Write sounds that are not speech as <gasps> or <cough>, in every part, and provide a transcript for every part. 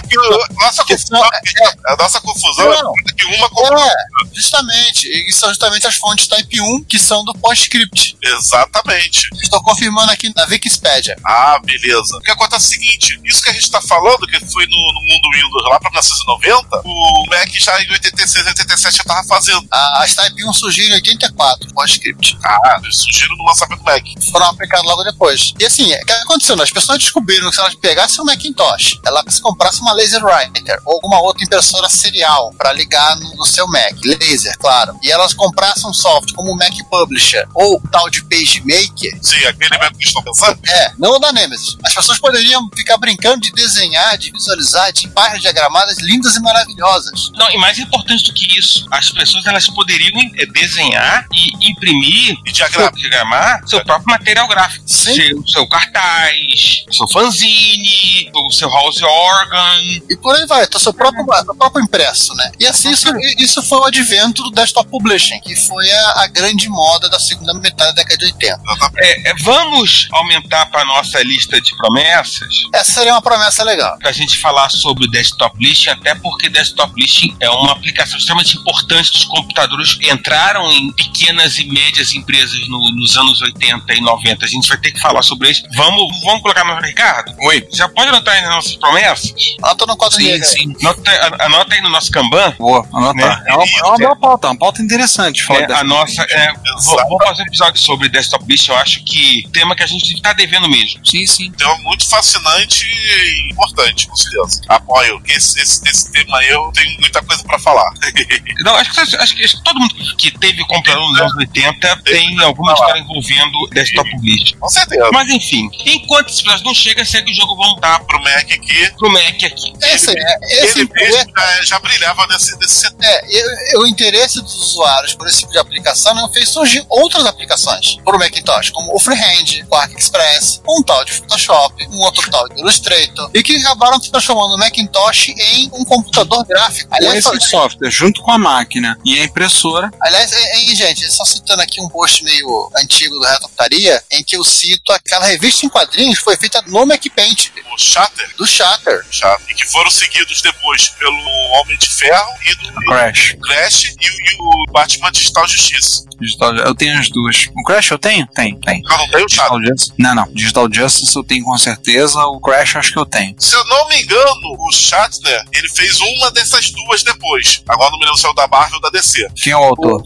porque o- nossa confusão, é, a nossa confusão é Não. que uma confusão. é, Justamente, e são justamente as fontes Type 1 que são do PostScript. Exatamente. Estou confirmando aqui na Wikipédia. Ah, beleza. O que acontece é o seguinte: isso que a gente tá falando, que foi no, no mundo Windows lá pra 1990, o Mac já em 86, 87 já tava fazendo. A- As Type 1 surgiram em 84, PostScript. Ah, surgiram no lançamento do Mac. Foram aplicadas logo depois. E assim, o que aconteceu? né? As pessoas descobriram que se elas pegassem um Macintosh, elas comprassem uma Laser Writer ou alguma outra impressora serial para ligar no, no seu Mac, laser, claro. E elas comprassem um software como o Mac Publisher ou o tal de PageMaker, Sim, aquele mesmo que estão pensando. É, não o da Nemesis. As pessoas poderiam ficar brincando de desenhar, de visualizar, de páginas diagramadas lindas e maravilhosas. Não, e mais importante do que isso, as pessoas elas poderiam eh, desenhar e imprimir, E diagrama. programar seu próprio material gráfico. Sim. Seu, seu cartaz, seu fanzine, o seu house organ. E por aí vai, tá seu próprio, seu próprio impresso, né? E assim, isso, isso foi o advento do desktop publishing, que foi a, a grande moda da segunda metade da década de 80. É, é, vamos aumentar para nossa lista de promessas Essa seria uma promessa legal. para a gente falar sobre o desktop listing, até porque desktop listing é uma aplicação extremamente importante dos computadores. Entraram em pequenas e médias empresas no- nos anos 80 e 90. A gente vai ter que falar sobre isso. Vamos, vamos colocar no mercado? Oi. Já pode anotar aí nas nossas promessas? Anota no quadro negro. sim. Anota, a- anota aí no nosso Kanban. Boa, anota. Né? É, uma, é uma boa pauta, uma pauta interessante. Falar né, dessa. a nossa. é, vou, vou fazer um episódio sobre desktop listing. Eu acho que tema que a gente está devendo mesmo. Sim, sim. Então, muito fascinante e importante, com certeza. Apoio, que esse, esse, desse tema aí eu tenho muita coisa pra falar. <laughs> Não, acho que, acho que- acho que todo mundo que teve computador nos anos 80 tem alguma história envolvendo desktop listing. Com certeza. Mas enfim, enquanto esse episódio não chega, segue o jogo, vamos dar Pro Mac aqui, pro Mac aqui. Esse, é- esse ele é, mesmo já, já brilhava nesse, nesse setor. é, eu- o interesse dos usuários por esse tipo de aplicação não fez surgir outras aplicações para o Macintosh, como o Freehand, o Quark Express, um tal de Photoshop, um outro tal de Illustrator, e que acabaram transformando o Macintosh em um computador gráfico. Com Aliás, esse é software, junto com a máquina e a impressora, aliás é- é, gente, só citando aqui um post meio antigo do Retoptaria, em que eu cito aquela revista em quadrinhos que foi feita no MacPaint, O Shatter, do Shatter. já, e que foram seguidos depois pelo Homem de Ferro e do Crash. Crash e, o- e o Batman Digital Justiça. Digital, eu tenho as duas. O Crash eu tenho? Tem, tem. Eu não tenho o Shatter. Ah. Digital Justice? Não, não. Digital Justice eu tenho com certeza. O Crash eu acho que eu tenho. Se eu não me engano, o Shatner, ele fez uma dessas duas depois. Agora não me lembro se é o da Marvel ou da DC. Quem é o autor? O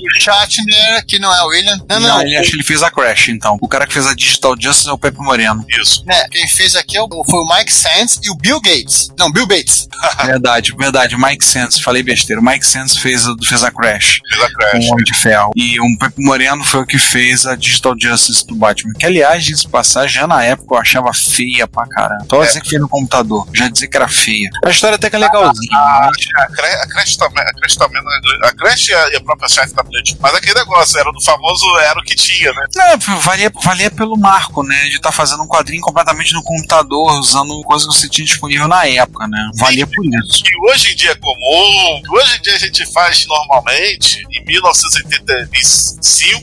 Shatner, que não é o William. Não, não, ele acho que ele fez a Crash, então. O cara que fez a Digital Justice é o Pepe <laughs> Moreno. Isso. né, quem fez aqui é o- foi o Mike Sands e o Bill Gates. Não, Bill Bates. verdade, verdade. Mike Sands, falei besteira. O Mike Sands fez, a- fez a Crash. Fez a Crash. com o Um Homem de Ferro. E o Pepe Moreno foi o que fez a Digital Justice do Batman. Que, aliás, diz passagem, já na época eu achava feia pra caramba. Só dizer que foi no computador, já dizer que era feia. A história até que é legalzinha. né? A Cre- a creche também, a creche também, não é- a creche e a, e a própria chefe da Blade. é Mas aquele negócio era do famoso, era o que tinha, né? Não, valia, valia pelo marco, né? De estar fazendo um quadrinho completamente no computador, usando coisa que você tinha disponível na época, né? Valia por isso. Que hoje em dia é comum, que hoje em dia a gente faz normalmente. Em 1985,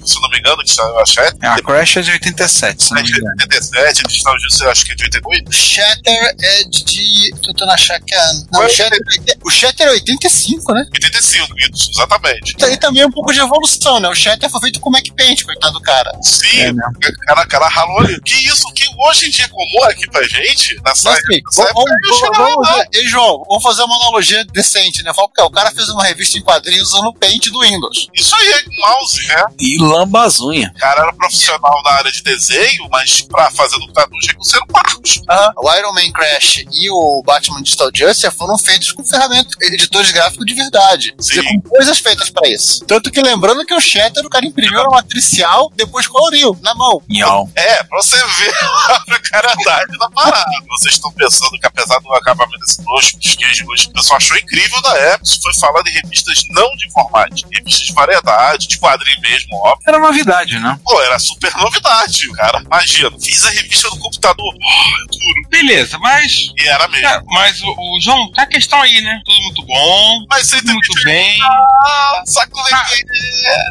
se eu não me engano, que saiu a Shatner. É, A Crash é de 87, se não me de engano. 87, Digital Justice, acho que é de 88. O Shatter é de. Tô tentando achar que é. Não, Qual é o o Shatter, o Shatter é 85, né? 85, isso, exatamente. E também é um pouco de evolução, né? O Shatter foi feito com o MacPaint, coitado do cara. Sim, É, né? cara, cara ralou ali. Que isso que hoje em dia é comum aqui pra gente, na Mas saída assim, Essa vamos, época eu vamos- cheirava vamos- Ah, e João, vamos fazer uma analogia decente, né? Fala, porque o cara fez uma revista em quadrinhos usando o Paint do Windows. Isso aí é mouse, né? E lambazunha. O cara era profissional da área de desenho, mas pra fazer no computador tinha que ser um parcos. Aham. O Iron Man Crash e o Batman Digital Justice foram feitos com ferramentas, editores gráficos de verdade. Sim. Quer dizer, Com coisas feitas pra isso. Tanto que lembrando que o Shatter, o cara imprimiu a matricial, depois coloriu, na mão. Nhau. É, pra você ver <laughs> a precariedade da tá parada. Vocês estão pensando que apesar do acabamento desse nojo, dos queijos, hoje, o pessoal achou incrível na época. Isso foi falado em revistas não de informática, revistas de variedade, de quadrinho mesmo, óbvio. Era novidade, né? Pô, era super novidade, cara. Imagina, fiz a revista no computador. <gasps> Ah, duro. Beleza, mas. E era mesmo. é, mas o, o João, tá a questão aí, né? Tudo muito bom, Mas você tudo tem muito bem, ah, saco leite.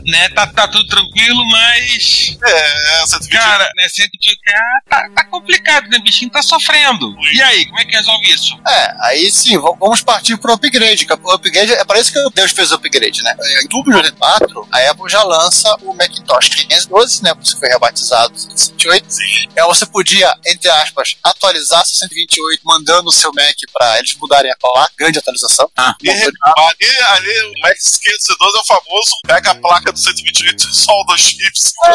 né? Tá, tá tudo tranquilo, mas. É, 120 Cara, né? Você fica. Tá, tá complicado, né? O bichinho tá sofrendo. E aí, como é que resolve isso? É, aí sim, v- vamos partir pro upgrade. que O upgrade, é para isso que Deus fez o upgrade, né? Em outubro de 84, a Apple já lança o Macintosh 512, né? Por isso que foi rebatizado 128. É, você podia, entre aspas, atualizar seu 128 mandando o seu Mac pra eles mudarem a placa. Grande atualização. Ah. E ali, ali, o Mac 512 é o famoso pega a placa do 128 e solda os <laughs> chips. É,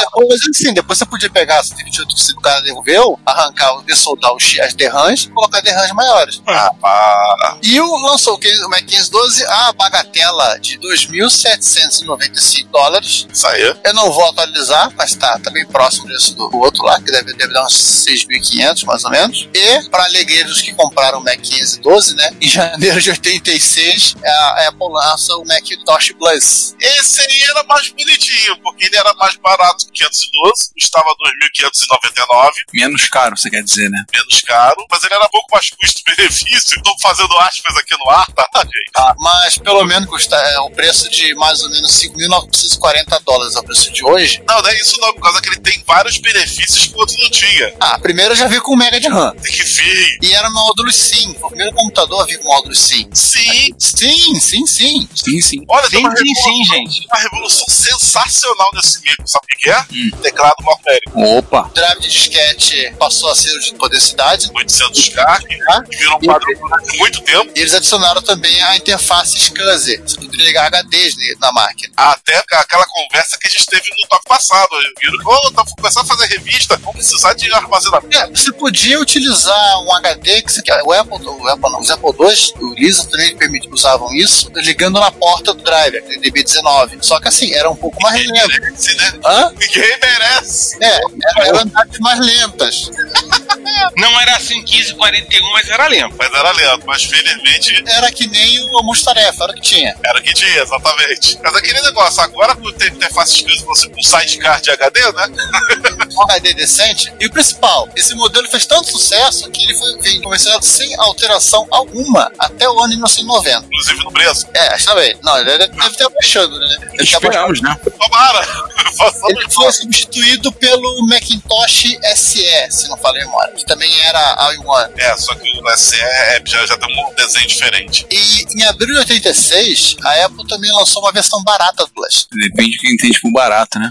depois, assim, depois você podia pegar a 128 que o cara devolveu, arrancar e soldar os, chi- as derrams e colocar derrams maiores. Ah, pá. E o lançou o é 15 o Mac 1512 a bagatela de 2.795 dólares. Isso aí. Eu não vou atualizar, mas tá, tá bem próximo disso do do outro lá, que deve, deve dar uns 6.500 mais ou menos. E, para alegria dos que compraram o Mac 1512, né? Em <laughs> janeiro de 86, a Apple lança o Macintosh Plus. Esse aí era mais bonitinho, porque ele era mais barato que o 512, custava 2.599, Menos caro, você quer dizer, né? menos caro, mas ele era pouco mais custo-benefício. Estou fazendo aspas aqui no ar, tá, gente? Mas pelo menos custa é, o preço de mais ou menos 5.940 dólares ao preço de hoje. Não, não é isso não, por causa que ele tem vários benefícios que o outro não tinha. Ah, primeiro eu já vi com 1 mega de RAM. Tem que vir. E era módulo SIM. Foi o primeiro computador a vir com módulo SIM. Sim. Sim, sim, sim. Sim, sim. Olha, tem Sim, uma, sim, revolução, sim, gente. uma revolução sensacional nesse micro, sabe o que que é? Hum. Teclado Morférico. Opa. O drive de disquete passou a ser o de podercidade. 800K, que virou um padrão por muito tempo. E eles adicionaram também a interface SCSI. Você poderia ligar HDs ne- na máquina. Até aquela conversa que a gente teve no toque passado. Eles Viram que, oh, tá começando a fazer revista, vamos precisar de armazenamento. É, você podia utilizar um HD, que você quer, o Apple, o Apple não, os Apple II, o Lisa também permite, usavam isso, ligando na porta do drive, aquele DB19. Só que assim, era um pouco É mais lento. Merece, né? Hã? Ninguém merece. É, era- eram naves mais lentas. Não era assim 15, 41, mas era lento. Mas era lento, mas felizmente Era que nem o almoço-tarefa, era o que tinha. era que dia, exatamente. Mas aquele negócio, agora com tem interface de você com sidecard de HD, né? <laughs> um HD decente. E o principal, esse modelo fez tanto sucesso que ele foi vem comercializado sem alteração alguma até o ano de 1990. Inclusive no preço. É, acho que também. Não, ele deve deve ter abaixado, né? Ele, tá abaixando. Esperamos, né? Tomara! <laughs> um Façamos ele foi substituído pelo Macintosh SE, se não falei memória, que também era a one É, só que o SE é- já, já tem um desenho diferente. <laughs> E em abril de 86, a Apple também lançou uma versão barata do Plus. Depende de quem entende por barato, né?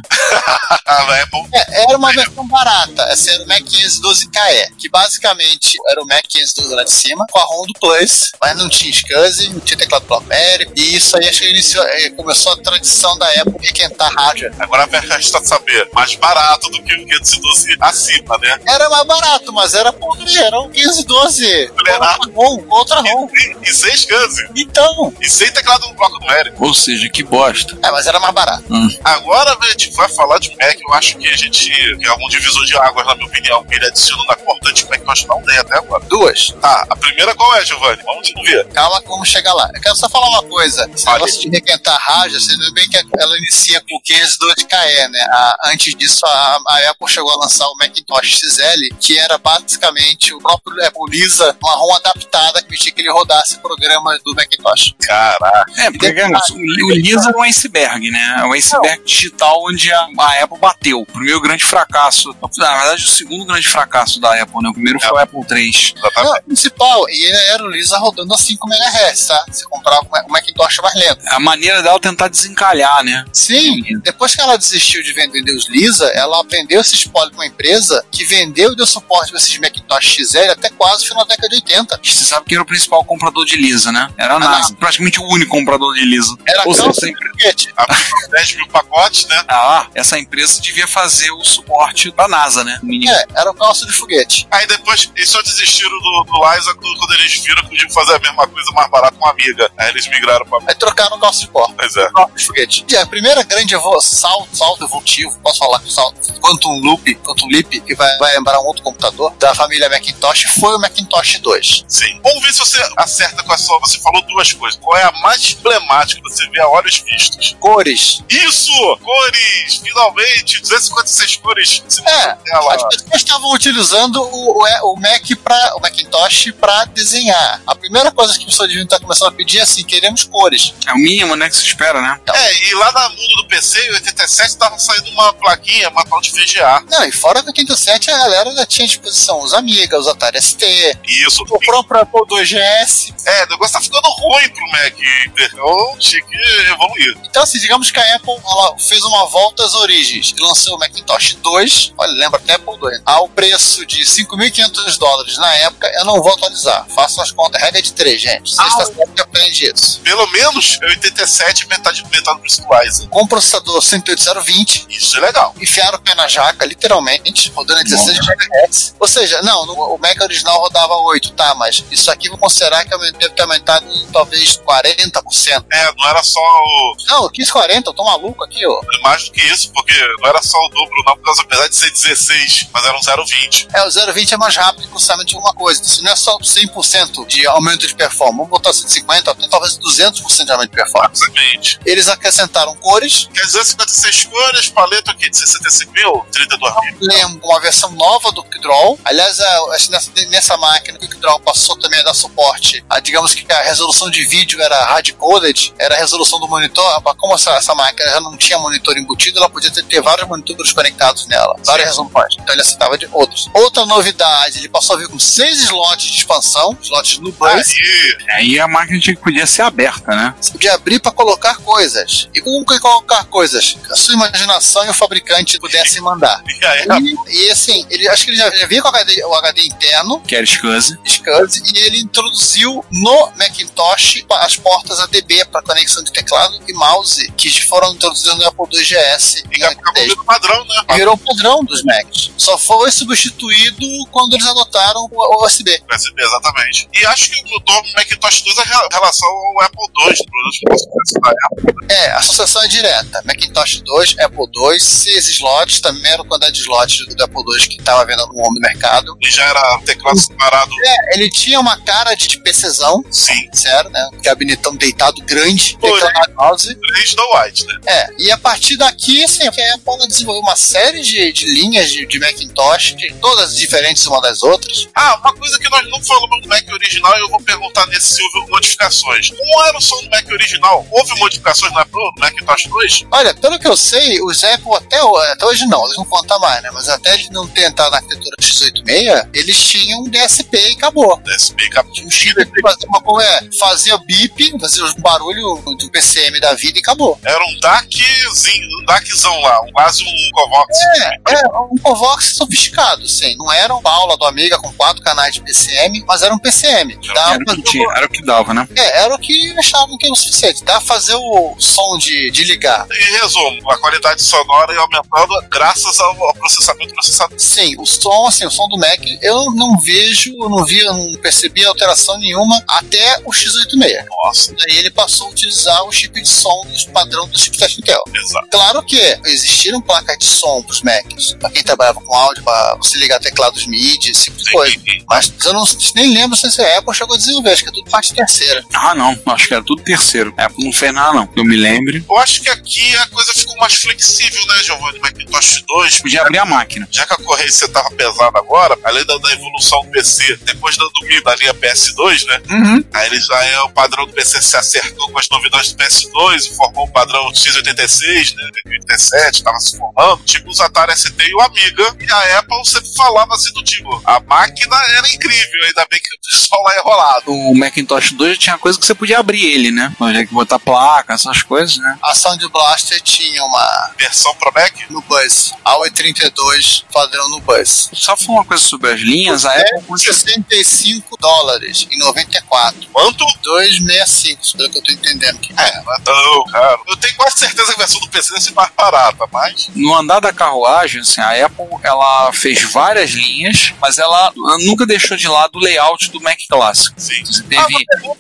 A Apple É, era uma versão barata, essa era o Mac 512KE, que basicamente era o Mac 512 lá de cima, com a ROM do Plus, mas não tinha SCSI, não tinha teclado Plumeric, e isso aí acho que iniciou, eh, começou a tradição da Apple de requentar hardware. agora vai restar saber. Mais barato do que o 512 acima, né? Era mais barato, mas era podre, era um 512, com Era. outra ROM, com outra ROM. E, e sem SCSI. Então, E sem teclado no bloco numérico. Ou seja, que bosta. é, mas era mais barato. Agora a gente vai falar de Mac. Eu acho que a gente. É algum divisor de águas, na minha opinião. Ele é adicionou na cortante Mac, eu acho que não tem um até agora. Duas. Tá, a primeira qual é, Giovanni? Vamos ver. Calma que vamos chegar lá. Eu quero só falar uma coisa. Esse Fale. negócio de requentar rádio, você vê bem que ela inicia com o 512KE, né? A- antes disso, a, a Apple chegou a lançar o Macintosh XL, que era basicamente o próprio Apple Lisa, uma ROM adaptada que permitia que ele rodasse programas do Macintosh. Caraca. É, porque cara, o o Lisa é um iceberg, né? É um iceberg digital onde a, a Apple bateu. Pro meu grande fracasso. Na verdade, o segundo grande fracasso da Apple, né? O primeiro foi o Apple 3. Não, Exatamente. o principal, e ele era o Lisa rodando a 5 MHz, tá? Você comprava o Macintosh mais lento. A maneira dela tentar desencalhar, né? Sim, Entendi. depois que ela desistiu de vender os Lisa, ela vendeu esse spoiler pra uma empresa que vendeu e deu suporte pra esses Macintosh XL até quase o final da década de 80. Você sabe quem era o principal comprador de Lisa, né? Era a NASA. Praticamente o único comprador de Lisa. Era Ou seja, calça essa de empresa, foguete. 10 mil pacotes, né? ah, essa empresa devia fazer o suporte pra NASA, né? Mini- É, era o calço de foguete. Aí depois eles só desistiram do, do Liza quando quando eles viram que podiam fazer a mesma coisa mais barato com a amiga. Aí eles migraram pra. Aí trocaram o calço de pó. Pois é. Calço de foguete. E a primeira grande evo- salto, salto evolutivo, posso falar que o salto Quantum Loop, Quantum Leap, que vai, vai lembrar um outro computador da família Macintosh, foi o Macintosh 2. Sim. Vamos ver se você acerta com a sua. Você falou duas coisas. Qual é a mais emblemática que você vê a olhos vistos? Cores. Isso! Cores! Finalmente! 256 cores. Se É, ela- As pessoas estavam utilizando o, é, o- o Mac para o Macintosh para desenhar. A primeira coisa que as pessoas deviam estar começando a pedir é assim: queremos cores. É o mínimo, né? Que se espera, né? É, e lá no mundo do PC, em 87, tava saindo uma plaquinha, uma tal de VGA. Não, e fora que 87 a galera já tinha à disposição os Amiga, os Atari ST, Isso. o próprio Apple 2GS. É, o negócio tá ficando ruim pro Mac. Então tinha que evoluir. Então, assim, digamos que a Apple ela fez uma volta às origens e lançou o Macintosh 2, olha, lembra até Apple 2, ao preço de 5.500 dólares na época. Eu não vou atualizar, façam as contas, regra de 3, gente. Sexta série que aprende isso. Pelo menos em 87, metade, metade do preço do Ryzen. Com o processador 18020, Isso é legal. enfiaram o pé na jaca, literalmente, rodando a 16 GHz. Ou seja, não, no- o Mac original rodava 8, tá, mas isso aqui vou considerar que aument- deve ter aumentado em talvez 40%. É, não era só o. Não, 15, 40, Ah, eu tô maluco aqui, ó. Mais do que isso, porque não era só o dobro, não, por causa, apesar de ser 16, mas era um 0,20. É, o 0,20 é mais rápido que o Summit de alguma coisa. Isso não é só 100% de aumento de performance. Vamos botar 150, até talvez 200% de aumento de performance. Exatamente. Eles acrescentaram cores, Quer dizer, 56 cores, paleta o quê? De 65 mil? 32 mil. lembro Né, uma versão nova do QuickDraw. Aliás, a- acho que nessa, nessa máquina, o QuickDraw passou também a dar suporte. A, digamos que a resolução de vídeo era hard-coded, era a resolução do monitor. Rapaz, Como essa, essa máquina já não tinha monitor embutido, ela podia ter, ter vários monitores conectados nela, várias resoluções. Então ele aceitava de outros. Outra novidade, ele passou a vir com seis slots de expansão, slots no Ah. bus. Aí, Aí a máquina tinha que podia ser aberta, né? Você podia abrir para colocar coisas. E como que colocar coisas? Que A sua imaginação e o fabricante pudessem mandar. e aí a E, e, assim, ele acho que ele já, já vinha com o HD, o HD interno, Kelly Scuzzi. Scuzz, e ele introduziu no Macintosh as portas ADB para conexão de teclado e mouse, que foram introduzidas no Apple 2GS. e acabou Né, vendo o padrão, né? virou o padrão dos Macs. Só foi substituído quando eles adotaram o USB. USB, exatamente. E acho que mudou o Macintosh 2 em relação ao Apple II, dos produtos que você precisa da Apple. É, a associação é direta. Macintosh 2, Apple 2, seis slots, também era a quantidade de slots do Apple 2 que estava vendo no homem do mercado. Ele já era teclado separado. É, ele tinha uma cara de PCzão, Sim, sério, né? Gabinetão deitado grande, Pô, teclado mouse. desde o White, né? É, e a partir daqui, assim, que a Apple desenvolveu uma série de, de linhas de, de Macintosh, de todas diferentes uma das outras. Ah, uma coisa que nós não falamos do Mac original e eu vou perguntar nesse se houve modificações. Como era o som do Mac original? Houve modificações na Pro, no Macintosh 2? Olha, pelo que eu sei, os Apple até, ho- até hoje não, eles não contam mais, né? Mas até eles não terem entrado na arquitetura x86, eles tinham um DSP e acabou. DSP, cap- Tinha <laughs> um chip que fazia uma coisa, é, fazia bip, fazia os barulho do PCM da vida e acabou. era um DACzinho, um DACzão lá, um- quase um Covox. É, é um Convox sofisticado, sim. Não era um aula do Amiga com quatro canais de PCM, mas era um PCM. Dava Era o que tinha, Ah, era o que dava, né? É, era o que achavam que era o suficiente. Dá pra fazer o som de, de ligar. E resumo, a qualidade sonora ia aumentando graças ao ao processamento do processador. Sim, o som, assim, o som do Mac, eu não vejo, eu não vi, eu não percebi alteração nenhuma até o X86. Nossa, Daí ele passou a utilizar o chip de som do padrão do chip da Intel. exato. Claro que existiram placas de som pros Macs, pra quem trabalhava com áudio, pra você ligar teclados MIDI, esse tipo de coisa. Mas eu não, nem lembro se a Apple chegou a desenvolver, acho que é tudo parte terceira. Ah, não. Acho que era tudo terceiro. A Apple não fez nada, não. Que Eu me lembre. Eu acho que aqui a coisa ficou mais flexível, né, Giovanni? Macintosh 2, Podia abrir a máquina. já que a corrente tava pesada agora, além da, da evolução do PC, depois da, do, da linha PS2, né? Aí ele já é o padrão do PC se acercou com as novidades do PS2 e formou o padrão X86, né? 87, tava se formando. Tipo os Atari ST e o Amiga. E a Apple sempre falava assim do tipo: a máquina era incrível, ainda bem que o pessoal lá é rolado. O Macintosh 2 tinha coisa que você podia abrir ele, né? Então, já que botar placa, essas coisas, né? A Sound Blaster tinha uma Versão pro Mac? no Buzz, a 832 padrão no Buzz. É Só falar uma coisa sobre as linhas, a Apple Por custa 65 dólares em 94. Quanto? 265, pelo que eu tô entendendo. Que é, Ah, Não, cara. Eu tenho quase certeza que a versão do PC deve ser mais barata, mas. no andar da carruagem, assim, a Apple ela fez várias linhas, mas ela nunca deixou de lado o layout do Mac clássico. Sim. Você teve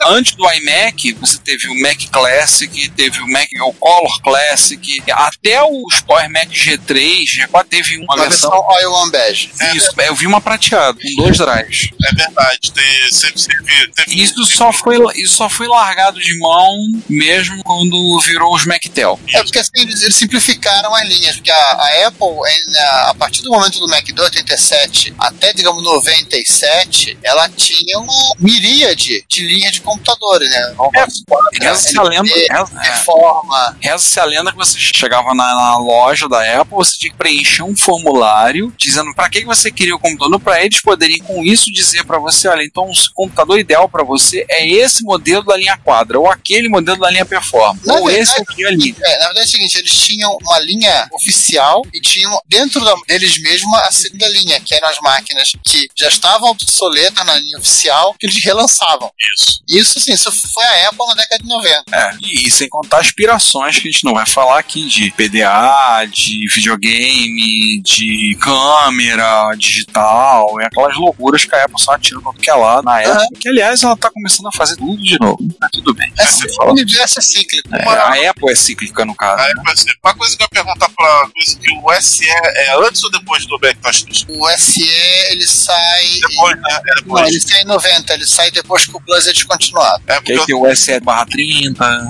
antes do iMac, você teve o Mac Classic, teve o Mac o Color Classic, até os Power Mac G3, G4 teve uma, uma versão versão. All in One Badge. Isso, eu vi uma prateada, com dois drives. É verdade. Tem, sempre, sempre, teve- Isso teve- só, foi, isso só foi largado de mão mesmo quando virou os MacTel. É porque assim eles, eles simplificaram as linhas, porque a, a Apple, em- a, a partir do momento do Mac do 87 até, digamos, 97, ela tinha uma miríade de linhas de computadores, né? É, Reza-se a lenda. reza- é. Reforma. Reza-se a lenda que você chegava na, na loja da Apple, você tinha que preencher um formulário dizendo para que que você queria o computador, para eles poderem com isso dizer para você, olha, então o computador ideal para você é esse modelo da linha quadra, ou aquele modelo da linha performance, Na ou verdade, esse aqui ali. É, na verdade é o seguinte, eles tinham uma linha oficial e tinham dentro da- deles mesmos a segunda linha, que eram as máquinas que já estavam obsoletas na linha oficial, que eles relançavam. Isso. Isso, assim, isso foi a Apple na década de 90. É, e, e sem contar aspirações que a gente não vai falar aqui de PDA, de videogame, de câmera digital, é aquelas loucuras que a Apple só atira pra tudo que é lá na época. Que aliás ela tá começando a fazer tudo de novo. Mas tudo bem. Você O fala. universo é cíclico. É, a Apple é cíclica, no caso. Aí, mas, uma coisa que eu ia perguntar pra coisa que o SE é antes ou depois do Macintosh? O SE, ele sai... Depois, né? É Não, depois. ele sai em 90, ele sai depois que o Plus é descontinuado. É porque, Que aí eu, tem o SE barra 30.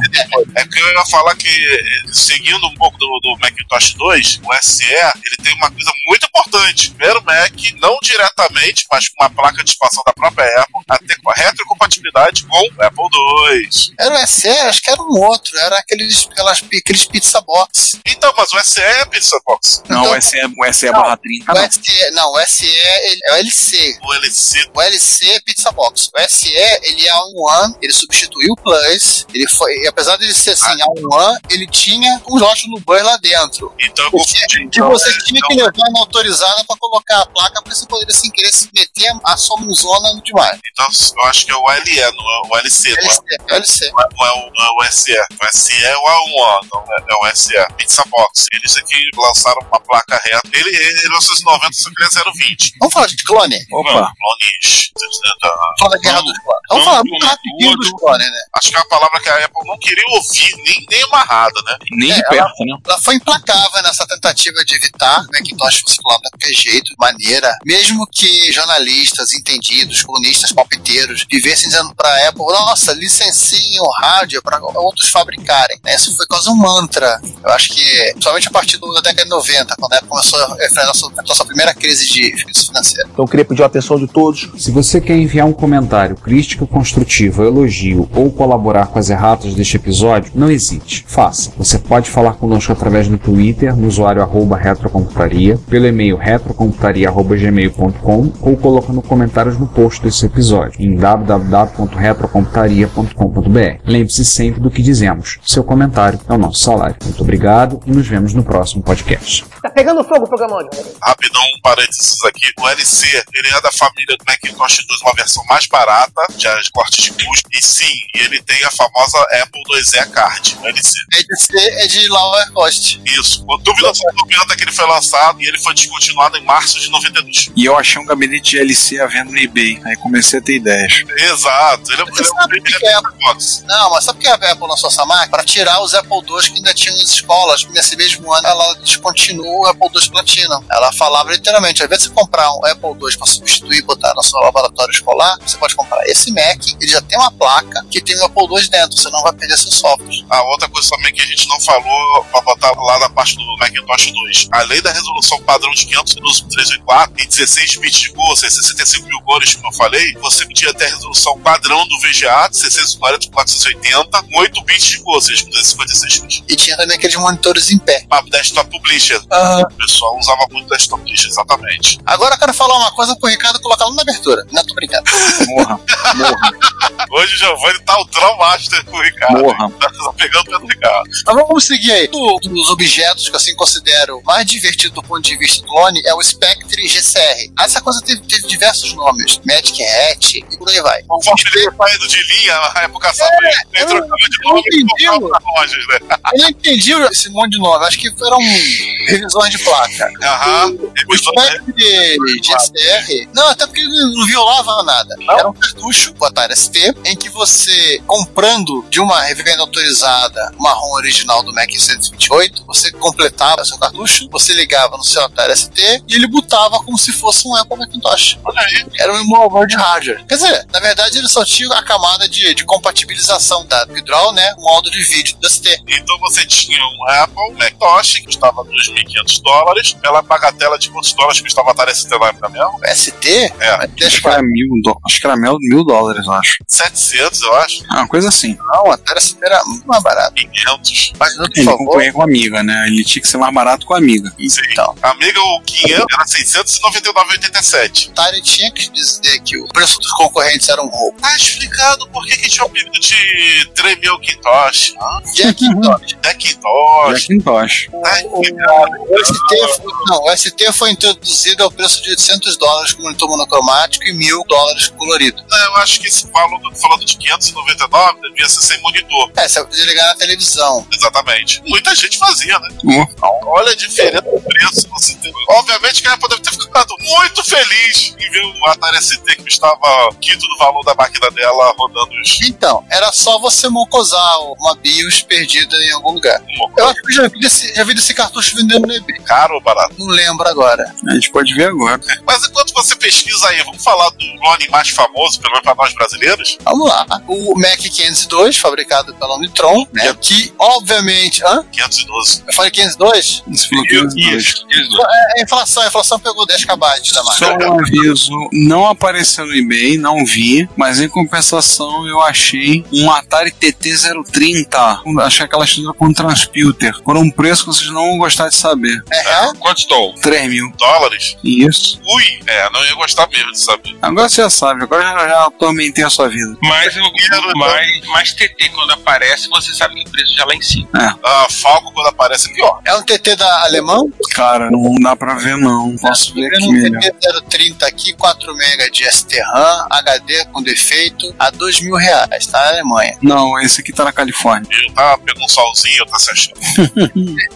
é porque eu ia falar que, eh, seguindo um pouco do, do Macintosh 2, o SE, ele tem uma coisa muito importante. Primeiro, o Mac, não diretamente, mas com uma placa de expansão da própria Apple, a ter co- retrocompatibilidade com o Apple II. Era o SE, acho que era um outro, era aqueles, aquelas, aqueles pizza box. Então, mas o SE é pizza box. Não, Então- o SE, o SE barra 30. o Ah, Não. SE, não, o SE ele- é o LC. O LC O LC é pizza box. O SE, ele é a One, ele substituiu o Plus. Ele foi, e apesar de ele ser assim, a One, ele tinha um lote no Buzz lá dentro. Então eu Porque- confundi. Que Então, você é, tinha então, que levar uma autorizada pra colocar a placa, porque você poderia, sem querer, se meter a somozona demais. então eu acho que é o LE, não é o LC, não é, LC, LC. não é o, não é o SE. O SE é o A1, não é, é o SE. Pizza Box. Eles aqui lançaram uma placa reta. Ele, ele em 1990 só que ele é 020. <laughs> Vamos falar de clone? Opa. Clones. Vamos falar da guerra Vamos- dos clones. Vamos vamos falar pro muito rapidinho Maduro. dos clones, né? Acho que é uma palavra que a Apple não queria ouvir, nem, nem amarrada, né? Nem de É, perto, né? Ela foi implacável nessa tentativa de evitar né, o Macintosh fosse falar de qualquer jeito, maneira. Mesmo que jornalistas, entendidos, colunistas, palpiteiros, vivessem dizendo pra Apple, nossa, licenciem o rádio pra outros fabricarem. né? Isso foi quase um mantra. Eu acho que, principalmente a partir do- da década de 90, quando a Apple começou a enfrentar a sua, a sua primeira crise de crise financeira. Então eu queria pedir a atenção de todos. Se você quer enviar um comentário crítico, construtivo, elogio ou colaborar com as erratas deste episódio, não hesite, faça. Você pode falar conosco através do Twitter, no usuário arroba retrocomputaria, pelo e-mail retrocomputaria.gmail.com ou colocando comentários no post desse episódio em www.retrocomputaria.com.br. Lembre-se sempre do que dizemos. Seu comentário é o nosso salário. Muito obrigado e nos vemos no próximo podcast. Tá pegando fogo o programa hoje. Rapidão, um parênteses aqui. O LC, ele é da família do Macintosh 2, uma versão mais barata, já de corte de custo. E sim, ele tem a famosa Apple 2E Card, o LC. É de, ser- é de Lower Cost. Isso. O dúvida sobre o piano que ele foi lançado e ele foi descontinuado em março de 92. E eu achei um gabinete de LC à venda no eBay. Aí comecei a ter ideias. Exato. Ele é Você sabe o que ele é é? um box. Não, mas sabe por que a Apple lançou essa marca? Para tirar os Apple II que ainda tinham nas escolas. Nesse mesmo ano, ela descontinuou o Apple II Platinum. Ela falava literalmente: ao invés de você comprar um Apple II para substituir e botar no seu laboratório escolar, você pode comprar esse Mac, ele já tem uma placa que tem o Apple II dentro, você não vai perder seu software. A Ah, outra coisa também que a gente não falou pra botar lá na parte do Macintosh 2. Além da resolução padrão de 512 384 e 16 bits de cor, ou seja, 65 mil cores, como eu falei, você podia ter a resolução padrão do VGA de 640 por 480 com 8 bits de cor, ou seja, com 256 bits. E tinha também aqueles monitores em pé. Papo desktop publisher. Aham. O pessoal usava muito desktop list, exatamente. Agora eu quero falar uma coisa pro Ricardo colocar lá na abertura. Não, tô brincando. <laughs> Morra, morra, Hoje o Giovanni tá o Draw Master com o Ricardo. morra. Tá só pegando pelo Ricardo. Então vamos seguir aí. Um dos objetos que eu assim, considero mais divertido do ponto de vista do clone é o Spectre GCR. Essa coisa teve, teve diversos nomes: Magic Hat e por aí vai. Conforme ele foi saindo tá de linha, a época sabe, ele É, eu- trocava de eu nome entendi, e comprava lojas, né? Eu não entendi esse monte de nome, acho que foram revisões de placa. Aham. Ele O gostou, né? Spectre GCR. Não, até porque ele não violava nada. Era um cartucho com Atari ST em que você, comprando de uma revenda autorizada uma ROM original do Mac 128, você completava seu cartucho, você ligava no seu Atari ST e ele botava como se fosse um Apple Macintosh. Era um emulador de hardware. Quer dizer, na verdade ele só tinha a camada de, de compatibilização da Draw, né? Um áudio de vídeo do ST. Então você tinha um Apple Macintosh que custava 2.500 dólares, pela bagatela de quantos dólares custava a Atari ST na época mesmo? ST? É. Mas Acho Deixa que pra era mil, dó- acho que era mil, mil dólares, eu acho. 700, eu acho. É uma coisa assim. lá, o Atari ST era muito mais barato. 500. Mas, por Ele favor, concorria assim, com a amiga, né? Ele tinha que ser mais barato com a amiga. então, Amiga, o 500 era 699,87. o Atari tinha que dizer que o preço dos concorrentes era um roubo. Tá explicado por que que tinha o apelido de Tremel Quintosh, <laughs> Jack Ah, então, Deckintosh, Macintosh. tá o ST foi, não, o ST foi introduzido ao preço de 800 dólares com um monitor monocromático e 1000 dólares colorido. É, Eu acho que esse valor que eu tô falando de 599 devia ser sem monitor. É, você podia ligar na televisão. Exatamente. Muita gente fazia, né? Hum. Olha a diferença do preço. Você tem... Obviamente que a Apple deve ter ficado muito feliz em ver o Atari ST que custava o quinto do valor da máquina dela rodando os Então, era só você mocosar uma BIOS perdida em algum lugar. Eu acho que eu já vi desse, já vi desse cartucho vendendo no eBay. caro ou barato. Não lembro agora. A gente pode ver agora. Mas enquanto você pesquisa aí, vamos falar do clone mais famoso, pelo menos pra nós brasileiros? Vamos lá. O Mac 502, fabricado pela Omnitron, né? que obviamente... Hã? 512. Eu falei 502? Esse falou que os dois. A É inflação, a inflação pegou tá, 10 KB da marca. Só um aviso, não apareceu no eBay, não vi, mas em compensação eu achei um Atari TT030. Achei aquela estrutura com transputer. Por um preço que vocês não vão gostar de saber. É real? Quanto estou? 3 mil. Dólares? Isso. Ui, é, não ia gostar mesmo de saber. Agora você já sabe, agora já, já atormentei a sua vida. Mas, eu, Quero- mas, mas TT, quando aparece, você sabe que o preço já lá em cima. Ah, Falco quando aparece é pior. É um TT da alemão? Cara, não dá pra ver não. Posso ver Vendo aqui um melhor. TT 030 aqui, 4 MB de ST-RAM, HD com defeito, a 2 mil reais, tá? Na Alemanha. Não, esse aqui tá na Califórnia. Ele tá, pegou um solzinho, tá se achando.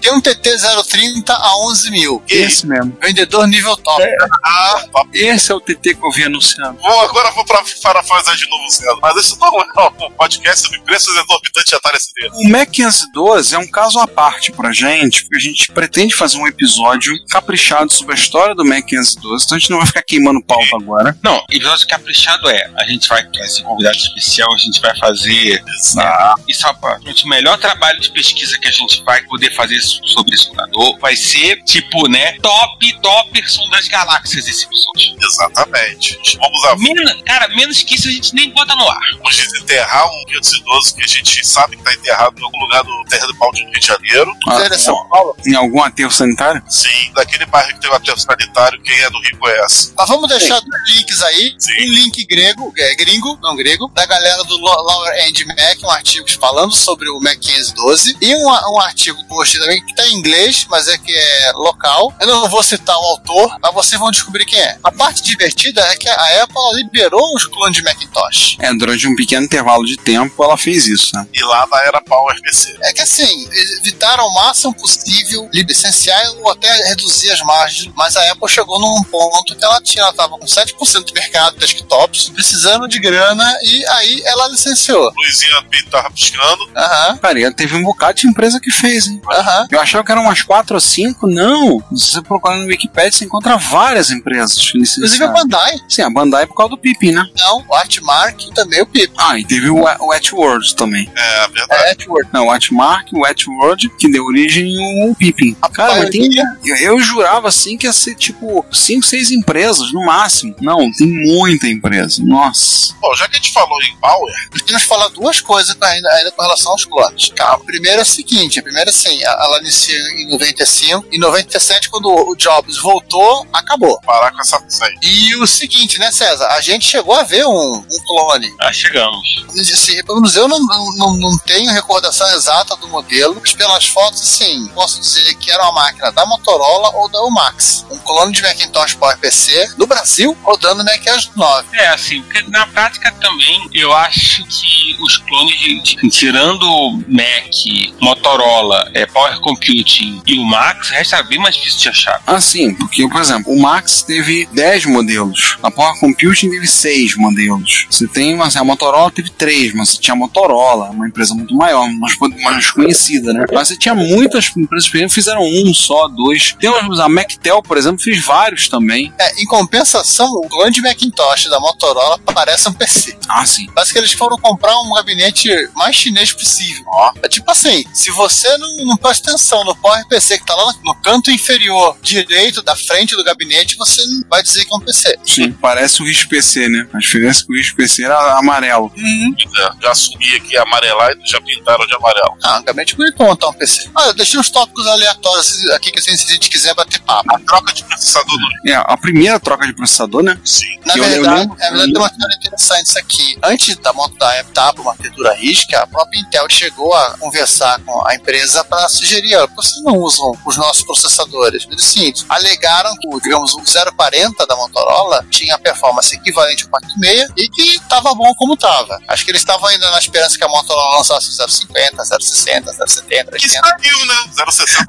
Tem um TT 030 a 11 mil. é Esse mesmo. Vendedor nível top. Ah, tá. Esse é o TT que eu vi anunciando. Vou, agora eu vou pra parafrasear de novo, Sandro. Mas isso não é um podcast sobre preços exorbitantes de Atari ST. O Mac 512 é um caso à parte pra gente, porque a gente pretende fazer um episódio caprichado sobre a história do Mac 512, então a gente não vai ficar queimando pauta agora. Não, episódio caprichado é. A gente vai ter esse convidado especial, a gente vai fazer. ah, E só pra gente, o melhor trabalho de pesquisa que a gente vai poder fazer so- sobre esse computador vai ser, tipo, né? Top, top são das galáxias esse episódio. Exatamente. Vamos a Menos, cara, menos que isso a gente nem bota no ar. vamos desenterrar um 512 que a gente sabe que tá enterrado em algum lugar do Terra do Pau de Rio de Janeiro. Ah, Sério, é São Paulo? Em algum aterro sanitário? Sim, daquele bairro que tem o aterro sanitário, quem é do Rio conhece. Mas vamos deixar dois links aí. Sim. Um link grego, é, gringo, não grego, da galera do Lo- Lower End Mac, um artigo falando sobre o Mac 512. E um, a- um artigo post também que tá em inglês, mas é que é local. Eu não vou citar o autor, mas vocês vão descobrir quem é. A parte divertida é que a Apple liberou os clones de Macintosh. É, durante um pequeno intervalo de tempo ela fez isso, né? E lá na era Power PC. É que assim, evitaram o máximo possível licenciar ou até reduzir as margens, mas a Apple chegou num ponto que ela tinha, ela tava com 7% do mercado de desktops, precisando de grana, e aí ela licenciou. Luizinha Pinto tá tava piscando. Aham, Cara, e teve um bocado de empresa que fez, hein? aham. Eu achava que eram umas 4 ou 5, não. Se você procurar no Wikipedia, você encontra várias empresas processos Inclusive a necessários. Bandai. Sim, a Bandai por causa do Pippin, né? Não, o Artmark e também o Pip. Ah, e teve o Wa- o Wet World também. É, verdade. É, Edward. Não, o Atmark, o Wet World, que deu origem ao Pippin. Cara, mas tem, eu, eu jurava assim que ia ser tipo 5, 6 empresas no máximo. Não, tem muita empresa. Nossa. Bom, já que a gente falou em Power, Temos que falar duas coisas com- ainda, ainda com relação aos clones. Cara, a primeira é o seguinte: a primeira, assim, a- ela inicia em 95. Em 97, quando o Jobs voltou, acabou. parar com essa isso aí. E o seguinte, né, César? A gente chegou a ver um, um clone. Ah, chegamos. Assim, pelo menos eu não, não, não- não tenho recordação exata do modelo, mas pelas fotos, sim, posso dizer que era uma máquina da Motorola ou da Umax. Um clone de Macintosh Power PC no Brasil rodando MacOS 9. É, assim, porque na prática também eu acho que os clones, de- de- tirando o Mac, Motorola, é, Power Computing e o Max, resta bem mais difícil de achar. Assim, porque, por exemplo, o Max teve 10 modelos, a Power Computing teve 6 modelos. Você tem, assim, a Motorola teve 3, mas você tinha a Motorola, uma empresa muito maior, mas mais conhecida, né? Mas você tinha muitas empresas pequenas que fizeram um só, dois. Tem umas, a Mactel, por exemplo, fez vários também. É, em compensação, o clone de Macintosh da Motorola parece um PC. Ah, sim. Parece que eles foram comprar um gabinete mais chinês possível. Ó. É tipo assim, se você não, não presta atenção no Power PC que tá lá no, no canto inferior direito da frente do gabinete, você não vai dizer que é um PC. Sim, parece o RIS PC, né? A diferença é que o RIS PC era amarelo. É, já assumi aqui amarelar e já pintaram de amarelo. Ah, um gabinete bonitão, então, um PC. Ah, eu deixei uns tópicos aleatórios aqui que assim, se a gente quiser bater papo. A troca de processador do É, a primeira troca de processador, né? Sim. Na Eu- eu verdade, lembro- é verdade, tem uma história interessante isso aqui. Antes da moto da optar por uma arquitetura RISC, a própria Intel chegou a conversar com a empresa para sugerir, olha, por que vocês não usam os nossos processadores? Eles sim, alegaram que, o, digamos, o 040 da Motorola tinha performance equivalente ao 4.6 e que estava bom como estava. Acho que eles estavam ainda na esperança que a Motorola lançasse o 050, 060, 070, Que 80. saiu, né? 060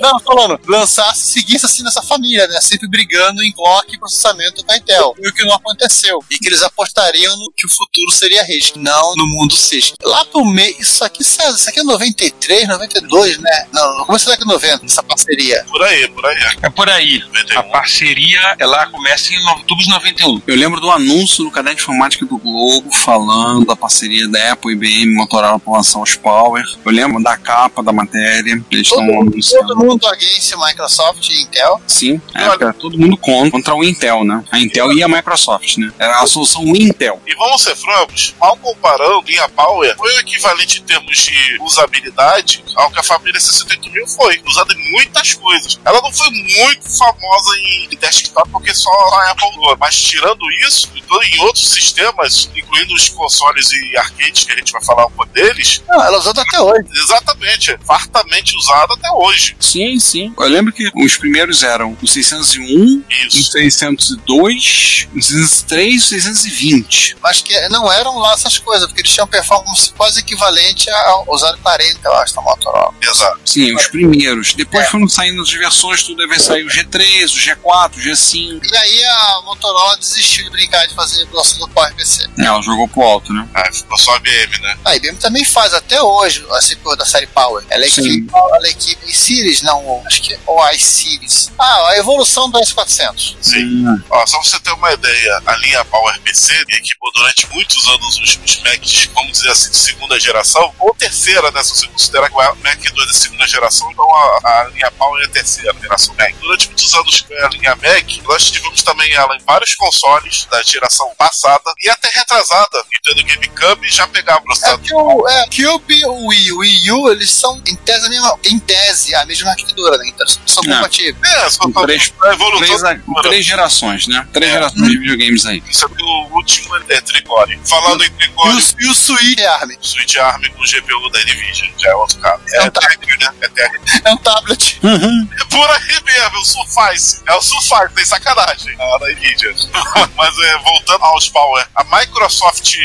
Não, falando, lançasse, seguisse assim nessa família, né? Sempre brigando em clock e processamento com a Intel. E o que não aconteceu. E que eles apostariam no que o futuro seria RISC, não no mundo CISC. Lá pro meio, isso aqui, César, isso aqui é 93, 92, né? Não, no começo da década de 90, essa parceria. por aí, por aí. É por aí. A 91. parceria, ela começa em no- outubro de 91. Eu lembro do anúncio no caderno de informática do Globo falando da parceria da Apple, IBM, Motorola para lançar os Power. Eu lembro da capa da matéria. Eles Todo estão mundo, todo anunciando. mundo against Microsoft e Intel. Sim, é, porque era todo mundo contra, contra o Intel, né? A Intel e a Microsoft, né? Era a solução Intel. E vamos ser francos, mal comparando, linha Power foi o equivalente em termos de usabilidade ao que a família 68 mil foi, usada em muitas coisas. Ela não foi muito famosa em desktop porque só a Apple usou, mas tirando isso, então em outros sistemas, incluindo os consoles e arcades que a gente vai falar um pouco deles, Não, ela é usada até hoje. exatamente, é fartamente usada até hoje. Sim, sim. Eu lembro que os primeiros eram o 601, o Isso. 602, o 603 e o 620. Mas que não eram lá essas coisas, porque eles tinham performance quase equivalente ao 040, eu acho, da Motorola. Exato. Sim, os primeiros. É. Depois foram saindo as versões, tudo deve sair o G3, o G4, o G5. E aí a Motorola desistiu de brincar de fazer negócio do Power PC. É, ela jogou pro alto, né? Ah, ficou só a BM, né? A Ah, IBM também faz até hoje a CPU da série Power. Ela é Sim. equipe, ela é equipe Series, não, acho que é ou iSeries. Ah, a evolução do S400. Sim. Ó, só pra você ter uma ideia, a linha PowerPC que equipou durante muitos anos os, os Macs, vamos dizer assim, de segunda geração, ou terceira, né? Se você considerar que o Mac 2 é segunda geração, então a, a linha Power é a terceira geração Mac. Durante muitos anos foi a linha Mac, nós tivemos também ela em vários consoles da geração passada e até retrasada. Nintendo GameCube já pegava o É processador. que o é, o Cube, o Wii, o Wii U, eles são em tese a mesma, em tese, a mesma arquitetura, né? Então são É. compatíveis. É, só Com tá três- tá evoluindo. Três, três gerações, né? Três É. gerações de videogames aí. Sendo que o último é Tricore. Falando em E Tricore, o, e o Switch ARM Switch Arm com GPU da Nvidia, já é outro caso. É É, um técnico, né? É técnico. é um tablet. É por aí mesmo, o Surface. É o Surface, tem sacanagem. Ah, da Nvidia. <laughs> Mas é, voltando aos Power, a Microsoft,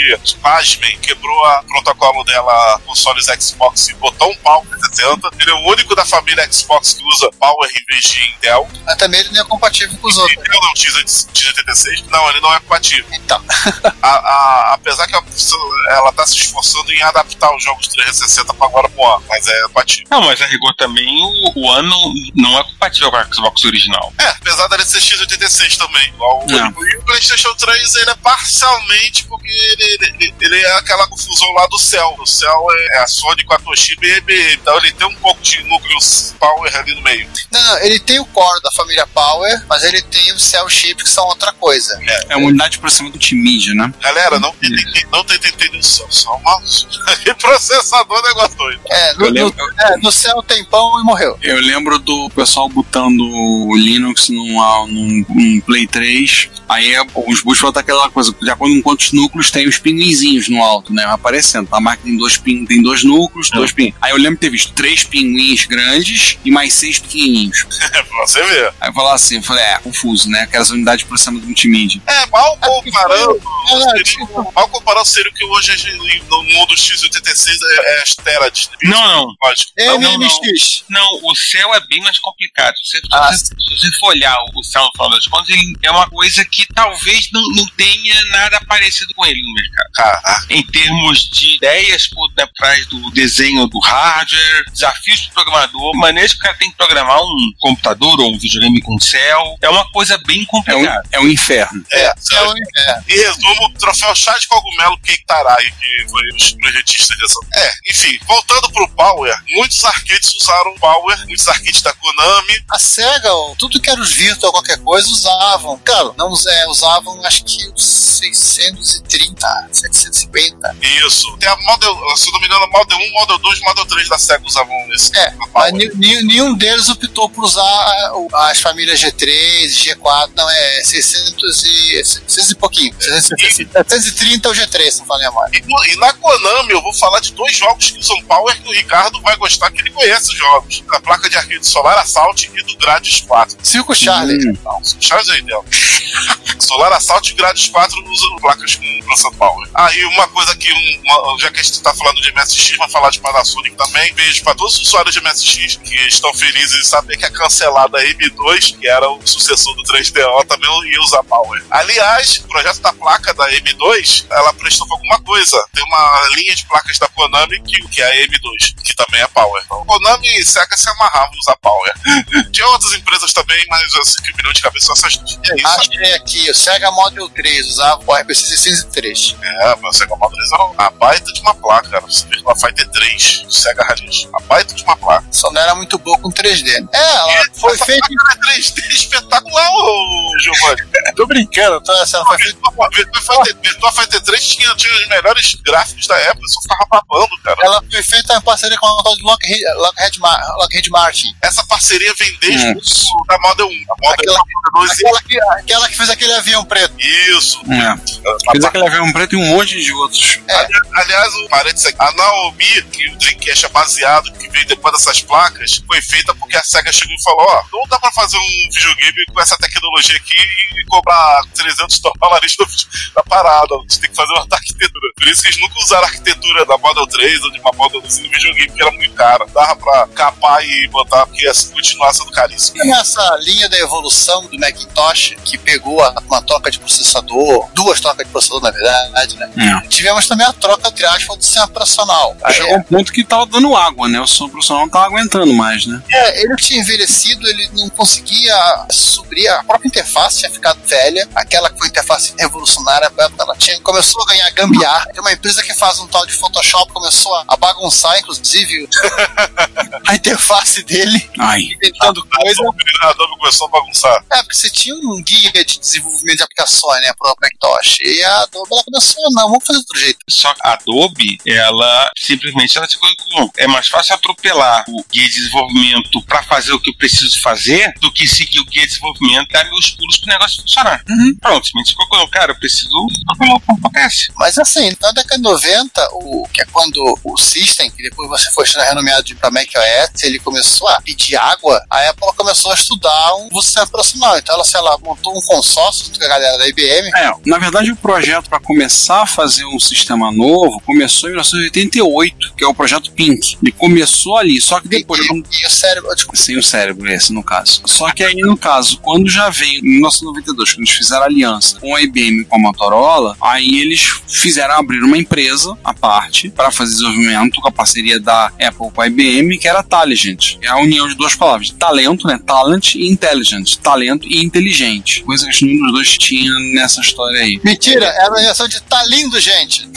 pasmem, quebrou a- o protocolo dela consoles Xbox e botou um Power 60. Ele é o único da família Xbox que usa Power em vez de Intel. é um Mas também ele não é compatível com os outros. Intel não, x86. Não, ele não é compatível. Então, <laughs> A- a- apesar que a Pixar, ela tá se esforçando em adaptar os jogos 360 pra agora pro ano, mas é batido. Não, mas a rigor também o, o ano não é compatível com a Xbox original. É, apesar dele ser X86 também, igual o- É. E o PlayStation 3 ele é parcialmente porque ele, ele- ele- ele é aquela confusão lá do céu. O céu é a Sony com a Toshiba e a IBM, então ele tem um pouco de núcleo power ali no meio. Não, não, ele tem o core da família Power, mas ele tem o Cell Chip, que são outra coisa. É uma unidade de processamento de mídia, né? Galera, não tem, tem, não tem, tem, tem, só, só uma <laughs> processador negócio doido. É, Eu no, no, lembro, é, no céu tem pão e morreu. eu lembro do pessoal botando o Linux numa- num, num Play 3. Aí é, os boots voltam aquela coisa, de acordo com quantos núcleos tem os pinguinzinhos no alto, né? Aparecendo. A máquina tem dois, pin, tem dois núcleos, dois pin. Aí eu lembro de ter visto três pinguins grandes e mais seis pequenininhos. É pra você ver. Aí eu falava assim, eu falei, é, confuso, né? Aquelas unidades de processamento multimídia. É, mal comparando, É, seria, um mal comparando seria o que hoje a gente- no mundo X86 é, é as terats. Não, não. Lógico. É Ah, Não, não, não. MMX. Não, o céu é bem mais complicado. Se você, Ah, se você for olhar o céu no final das contas, ele é uma coisa que talvez não, não tenha nada parecido com ele no mercado. Ah, Caraca. Em termos de ideias por trás do desenho do hardware, desafios do programador, manejo que o cara tem que programar um computador ou um videogame com céu, é uma coisa bem É um, complicada. é um inferno. É, É, o- é. Em resumo, troféu chá de cogumelo Keitarai, que foi os projetistas dessa. É, enfim, voltando pro Power, muitos arcades usaram o Power, muitos arcades da Konami. A SEGA, ó, tudo que era os Virtual, qualquer coisa, usavam. Claro, não us- é, usavam acho que os 630, 750. Isso. Tem a Model, se eu não me engano, a Model 1, Model 2, Model 3 da SEGA usavam esse. É, a Power. Mas ni- ni- nenhum deles optou por usar a- o- as famílias G3, G4, não, é 600 e, 600 e pouquinho. 660, 730 é o G3, se não falei a memória. E, no- e na Konami eu vou falar de dois jogos que usam Power que o Ricardo vai gostar, que ele conhece os jogos. Da placa de arcade Solar Assault e do Gradius 4. Circo Ah, Hum, Charlie. Não, Charles é ideal. Solar Assault e Gradius 4 usam placas com lança Power. Aí uma coisa que, um- uma- já que a gente tá falando de MSX, vai falar de Panasonic também. Beijo pra todos os usuários de MSX que estão felizes em saber que a cancelada M2, que era o sucessor do 3DO, também ia usar Power. Aliás, o projeto da placa da M2, ela prestou pra alguma coisa. Tem uma linha de placas da Konami que, que é a M2, que também é Power. Então, Konami e Sega se amarravam em usar Power. <laughs> Tinha outras empresas também, mas eu sei que me deu de cabeça só essas duas. E é isso. Achei aqui, o Sega Model 3 usava o RPC 603. É, o Sega Model 3 é uma baita de uma placa, cara. Você vê lá Fighter 3, o Sega Radius. A baita de uma placa. Só não era muito boa com 3D. né? É, ela foi Essa feita. placa era 3D espetacular, ô Giovanni. Tô brincando, tá? Ela foi feita. Virtua Fighter 3 tinha, tinha os melhores gráficos da época, eu só ficava babando, cara. Ela foi feita em parceria com a tal de Lockheed, Lockheed, Mar- Lockheed Martin. Essa parceria vem desde Hum. o início da Model 1. A Model Aquela- 2 Aquela que, aquela que fez aquele avião preto. Isso. É. Quer dizer que ele veio um preto e um monte de outros. Aliás, o parênteses aqui, a Naomi, que o Dreamcast é baseado, que veio depois dessas placas, foi feita porque a SEGA chegou e falou: ó, não dá pra fazer um videogame com essa tecnologia aqui e cobrar 300 dólares do vídeo da parada. A gente tem que fazer uma arquitetura. Por isso que eles nunca usaram a arquitetura da Model 3 ou de uma Model 2 no videogame, porque era muito cara. Dava pra capar e botar, porque ia continuar sendo caríssimo. Tem essa linha da evolução do Macintosh, que pegou a- uma troca de processador, duas trocas de processador, na verdade, né? Tivemos também a troca, entre aspas, do sistema operacional. Chegou um ponto que tava dando água, né? O som profissional não tava aguentando mais, né? É, ele tinha envelhecido, ele não conseguia subir, a própria interface tinha ficado velha, aquela que foi interface revolucionária, ela tinha, começou a ganhar gambiar. Tem uma empresa que faz um tal de Photoshop, começou a bagunçar, inclusive, <laughs> a interface dele, Ai. inventando coisa. A Adobe começou a bagunçar. É, porque você tinha um guia de desenvolvimento de aplicações, né, pro Macintosh, e a Adobe, ela começou, não, vamos fazer de outro jeito. Só que a Adobe, ela simplesmente ela se colocou. É mais fácil atropelar o guia de desenvolvimento para fazer o que eu preciso fazer do que seguir o guia de desenvolvimento e dar meus pulos pro negócio funcionar. Uhum. Pronto, simplesmente se colocou, cara, eu preciso. Colocou, acontece. Mas assim, na década de 90, o, que é quando o System, que depois você foi sendo renomeado de pra macOS, ele começou a pedir água, a Apple começou a estudar um você profissional. Então ela, sei lá, montou um consórcio com a galera da IBM. É, na verdade o projeto para começar a fazer um sistema novo começou em 1988, que é o projeto Pink. Ele começou ali, só que depois quando- E, e o cérebro, desculpa, sem o cérebro esse no caso. Só que aí no caso, quando já veio em 1992, quando eles fizeram aliança com a IBM e com a Motorola, aí eles fizeram abrir uma empresa à parte para fazer desenvolvimento com a parceria da Apple com a IBM, que era Taligent. É a união de duas palavras, talento, né? Talent e intelligent. Talento e inteligente. Coisa que nenhum dos dois tinha nessa história aí. Mentira, era a reação de tá lindo, gente.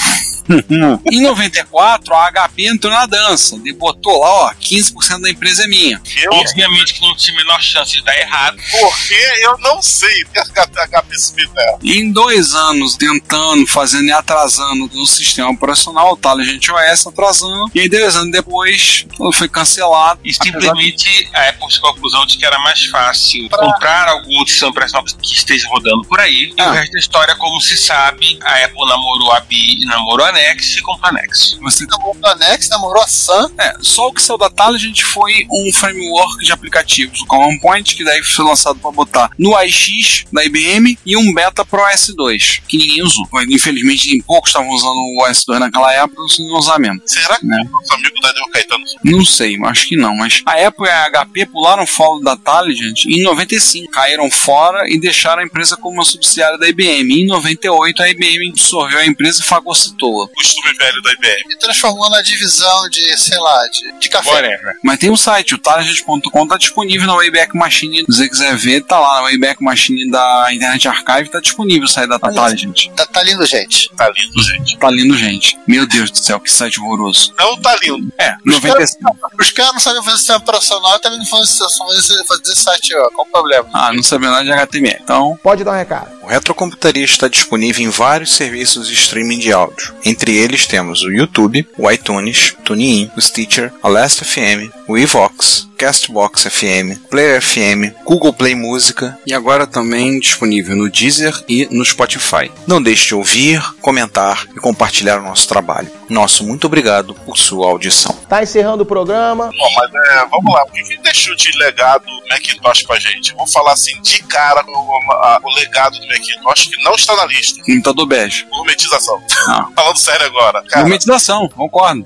Em 94, a HP entrou na dança. E botou lá, ó, 15% da empresa é minha. Eu, Obviamente que não tinha a menor chance de dar errado. porque eu não sei o que a HP se fizeram. E em dois anos, tentando, fazendo e atrasando no sistema operacional, o Taligent OS atrasando. E aí, dois anos depois, foi cancelado. E Apesar simplesmente a Apple chegou à conclusão de que era mais fácil Pra- comprar algum outro sistema operacional que esteja rodando por aí. E Ah. o resto da história, como se sabe, a Apple namorou a BI e namorou a Nex e comprou a Nex. de você Namorou a Nex, namorou a Sam. É, só o que saiu da Talent foi um framework de aplicativos, o Common Point, que daí foi lançado para botar no AIX da IBM e um beta pro S2, que ninguém usou. Mas, Infelizmente, nem poucos estavam usando o S2 naquela época, não não usar mesmo. Será que Né? o nosso amigo Daniel Caetano Não sei, acho que não, mas a Apple e a HP pularam fora da Taligent em 95, caíram fora e deixaram a empresa como uma subsidiária da IBM. Em 98, a IBM absorveu a empresa e fagocitou-a. costume velho da IBM? E transformou na divisão de, sei lá, de, de café. Whatever. Mas tem um site, o Target.com tá disponível na Wayback Machine. Se você quiser ver, tá lá na Wayback Machine da Internet Archive, tá disponível o site da Target. Tá, tá lindo, gente. Tá lindo, gente. Tá lindo, gente. Meu Deus do céu, que site horroroso. Não tá lindo. É, 95. Os caras não sabem fazer sistema operacional e também não fazem fazer, fazer site, ó. Qual o problema? Ah, não sabia nada de HTML. Então, Pode dar um recado. O Retrocomutaria está disponível em vários serviços de streaming de áudio. Entre eles temos o YouTube, o iTunes, o TuneIn, o Stitcher, a Last FM, o Evox, Castbox FM, Player FM, Google Play Música e agora também disponível no Deezer e no Spotify. Não deixe de ouvir, comentar e compartilhar o nosso trabalho. Nosso muito obrigado por sua audição. Tá encerrando o programa. Bom, mas é, vamos lá. O que que deixou de legado Macintosh pra gente? Vou falar assim, de cara, o, a- o legado do Macintosh que não está na lista. computador bege. Gourmetização. Ah. <laughs> Falando sério agora. Cara, Gourmetização, concordo.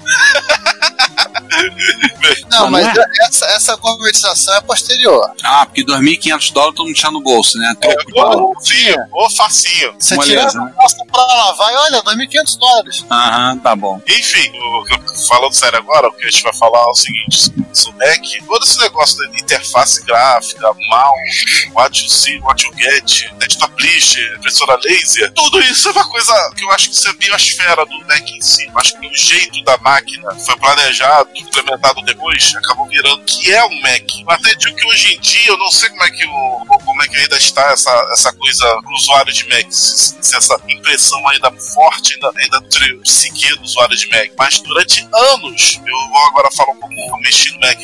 Não, Mas mas, não essa, essa gourmetização é posterior. Ah, porque 2.500 dólares todo mundo tinha no bolso, né? é, Troco de dólar. ô, facinho, ô, facinho. Você Moleza, tira a nossa pra lavar e olha, 2.500 dólares. Aham, tá bom. Enfim, o- falando sério agora, o que a gente vai falar é o seguinte: o Mac, todo esse negócio da interface gráfica, mouse, what you see, what you get, desktop list, impressora laser, tudo isso é uma coisa que eu acho que isso é biosfera do Mac em si. Eu acho que o jeito da máquina foi planejado, implementado depois, acabou virando o que é um Mac. Eu até digo que hoje em dia, eu não sei como é que, o, como é que ainda está essa, essa coisa pro usuário de Mac, se, se essa impressão ainda forte ainda, ainda tri- psique do usuário de Mac. Mas durante anos, eu vou agora falar como eu mexi no Mac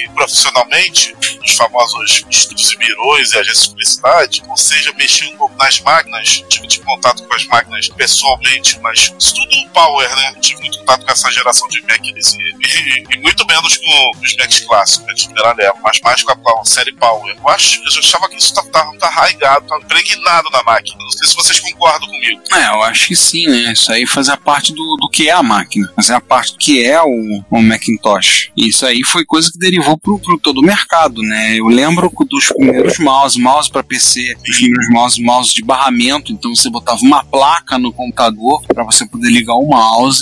profissionalmente, nos famosos estudos e birões e agências de publicidade, ou seja, mexi um pouco nas máquinas, tive de contato com as máquinas pessoalmente, mas isso tudo power, né? Tive muito contato com essa geração de Mac nesse- e, e muito menos com os Macs clássicos, né, de primeira leva, mas mais com a, com a série Power. Eu acho, eu já achava que isso tá, tá, tá arraigado, tá impregnado na máquina. Não sei se vocês concordam comigo. É, eu acho que sim, né? Isso aí fazia parte do, do que é a máquina, fazia parte do que é o, o Macintosh. E isso aí foi coisa que derivou pro, pro todo o mercado, né? Eu lembro dos primeiros mouse, mouse para PC, os primeiros mouse, mouse de barramento, então você botava uma placa no computador para você poder ligar o mouse.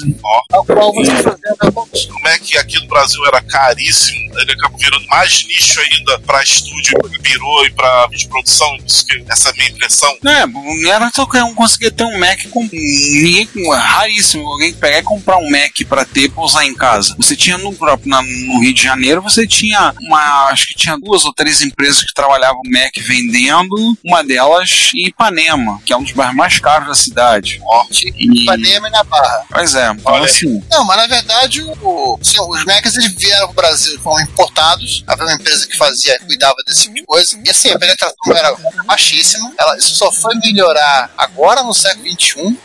Ao qual você fazia a minha Como é que aqui no Brasil era caríssimo, ele acabou virando mais nicho ainda pra estúdio, pra birô e pra videoprodução, isso que- essa é a minha impressão. É, não era só que eu não conseguia ter um Mac com ninguém, com- é raríssimo alguém pegar e comprar um Mac para ter pra usar em casa. Você tinha no próprio na- no Rio de Janeiro, você tinha uma, acho que tinha duas ou três empresas que trabalhavam Mac vendendo, uma delas em Ipanema, que é um dos bairros mais caros da cidade. morte, E- Ipanema e na Barra. Pois é, então Olha aí. assim, Não, mas na verdade, o, assim, os Macs eles vieram pro Brasil, foram importados. Havia uma empresa que fazia, cuidava desse tipo de coisa. E assim, a penetração era baixíssima. Ela, isso só foi melhorar agora no século XXI.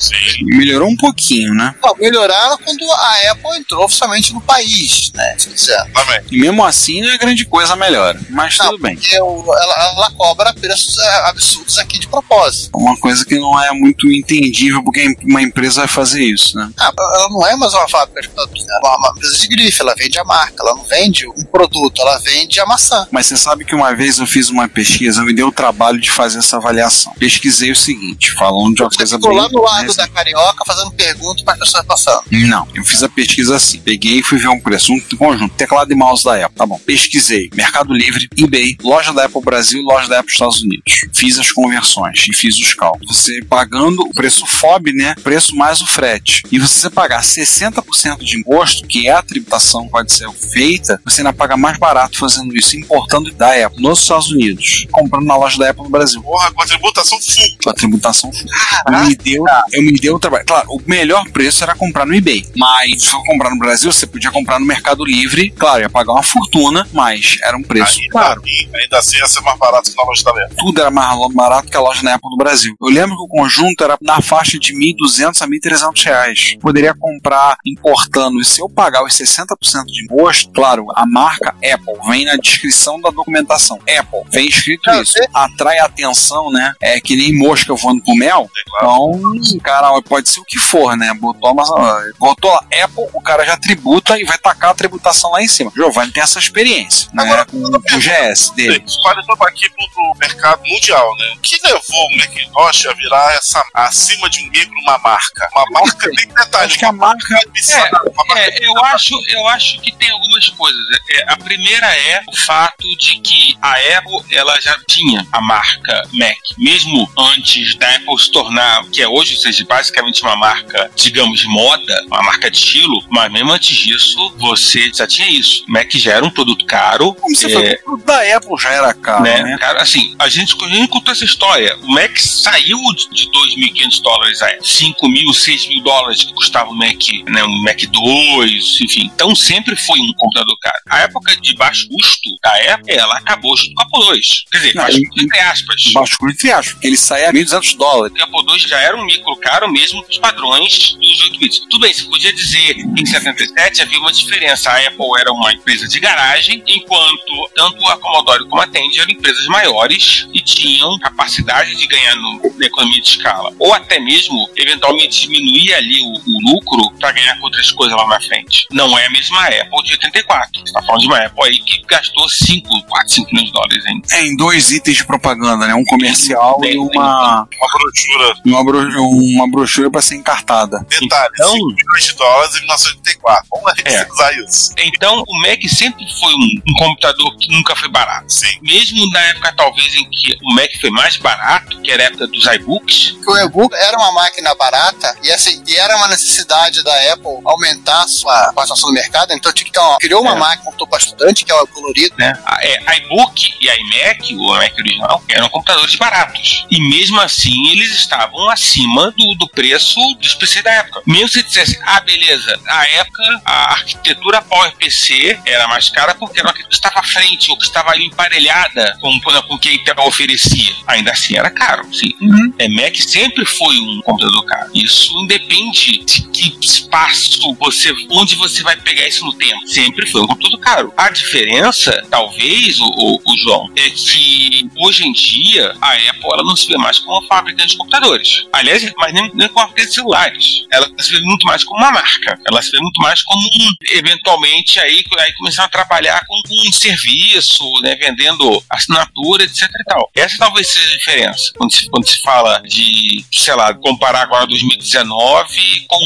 melhorou um pouquinho, né? Não, melhoraram quando a Apple entrou oficialmente no país, né? Se quiser. Também. E mesmo assim não é grande coisa a melhora, mas Não, tudo bem. porque o- ela, ela cobra preços é, absurdos aqui de propósito. Uma coisa que não é muito entendível porque uma empresa vai fazer isso, né? Ah, ela não é mais uma fábrica de produtos, ela é uma empresa de grife, ela vende a marca, ela não vende um produto, ela vende a maçã. Mas você sabe que uma vez eu fiz uma pesquisa, me deu o trabalho de fazer essa avaliação. Pesquisei o seguinte, falando de uma Você coisa ficou bem... lá no lado né, da Carioca fazendo perguntas para as pessoas passando. Não, eu fiz a pesquisa assim. Peguei e fui ver um preço, um conjunto, teclado e mouse da Apple. Tá bom. Pesquisei Mercado Livre, eBay, loja da Apple Brasil e loja da Apple Estados Unidos. Fiz as conversões e fiz os cálculos. Você pagando o preço FOB, né? Preço mais o frete. E você pagar 60% de imposto, que é a tributação que pode ser feita, você ainda paga mais barato fazendo isso, importando da Apple nos Estados Unidos, comprando na loja da Apple no Brasil Porra, com a tributação full. a tributação full. Me deu, eu me deu o trabalho. Claro, o melhor preço era comprar no eBay. Mas se for comprar no Brasil, você podia comprar no Mercado Livre. Claro, ia pagar uma fortuna, mas era um preço. Ainda, Claro, ainda assim ia ser mais barato que na loja da Lema. tudo era mais barato que a loja na Apple do Brasil. Eu lembro que o conjunto era na faixa de 1.200 a 1.300 reais. Poderia comprar importando. E se eu pagar os 60% de imposto, claro, a marca Apple vem na descrição da documentação. Apple, vem escrito Ah, isso. é? Atrai atenção, né? É que nem mosca voando com mel. Então, o cara, pode ser o que for, né? Botou, mas, ó, botou lá Apple, o cara já tributa e vai tacar a tributação lá em cima. Giovanni tem essa experiência, né? Agora, com, com o GS dele. Isso vale todo aqui pro, pro mercado mundial, né? O que levou o Macintosh a virar essa acima de um micro uma marca? Uma marca tem detalhe, Acho que a marca uma piscina, uma marca É, eu acho, eu acho que tem algumas coisas. É, a primeira é o fato de que a Apple ela já tinha a marca Mac, mesmo antes da Apple se tornar o que é hoje, ou seja, basicamente uma marca, digamos, de moda, uma marca de estilo. Mas mesmo antes disso, você já tinha isso. Mac já era um produto caro. Como você é, falou, o da Apple já era caro, né? né? Cara, assim, a gente, a gente contou essa história. O Mac saiu de 2.500 dólares a 5 mil, 6 mil dólares que custava o Mac, né? Um Mac 2, enfim. Então sempre foi um computador caro. A época de baixo custo da Apple, ela acabou junto com a Apple 2. Quer dizer, Não, baixo e- custo entre aspas. Baixo custo, entre aspas. Ele saía a 1.200 dólares. Porque a Apple 2 já era um micro caro mesmo dos padrões dos 8 bits. Tudo bem, você podia dizer que em 77 havia uma diferença. A Apple era uma empresa de garagem, enquanto tanto a Commodore como a Tandy eram empresas maiores e tinham capacidade de ganhar no- na economia de escala. Ou até mesmo, eventualmente, diminuir ali o, o lucro para ganhar com outras coisas lá na frente. Não é a mesma Apple de 84. Você está falando de uma Apple aí que gastou 5, 4, 5 milhões de dólares ainda. É, em dois itens de propaganda, né? Um comercial Bem, e uma, uma brochura. e uma, bro- uma brochura pra ser encartada. Detalhe, Então- 5 milhões de dólares em 1984. Vamos revisar isso. Então, o Mac sempre foi um, um computador que nunca foi barato. Sim. Mesmo na época, talvez, em que o Mac foi mais barato, que era a época dos iBooks, Porque o e-book era uma máquina barata e, assim, e era uma necessidade da Apple aumentar sua participação no mercado, então tinha que ter uma, criou uma É. máquina um para estudante, que é o colorido. né? A- É, iBook e iMac, o Mac original, eram computadores baratos. E mesmo assim, eles estavam acima do, do preço dos PC da época. Mesmo se dissesse, ah, beleza, na época a arquitetura PowerPC era mais cara porque era uma que estava à frente ou que estava ali emparelhada com, com, com o que a Intel oferecia. Ainda assim, era caro, sim. É, Mac sempre foi um computador caro. Isso independe de que espaço você, onde você vai pegar isso no tempo. Sempre foi um computador caro. A diferença, talvez, o, o- o João, é que hoje em dia a Apple ela não se vê mais como uma fábrica de computadores. Aliás, mas nem, nem como uma fábrica de celulares. Ela se vê muito mais como uma marca. Ela se vê muito mais como um, eventualmente aí, aí começar a trabalhar com, com um serviço, né, vendendo assinatura, etc e tal. Essa talvez seja a diferença. Quando se, quando se fala de, sei lá, comparar agora 2019 com,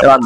sei lá,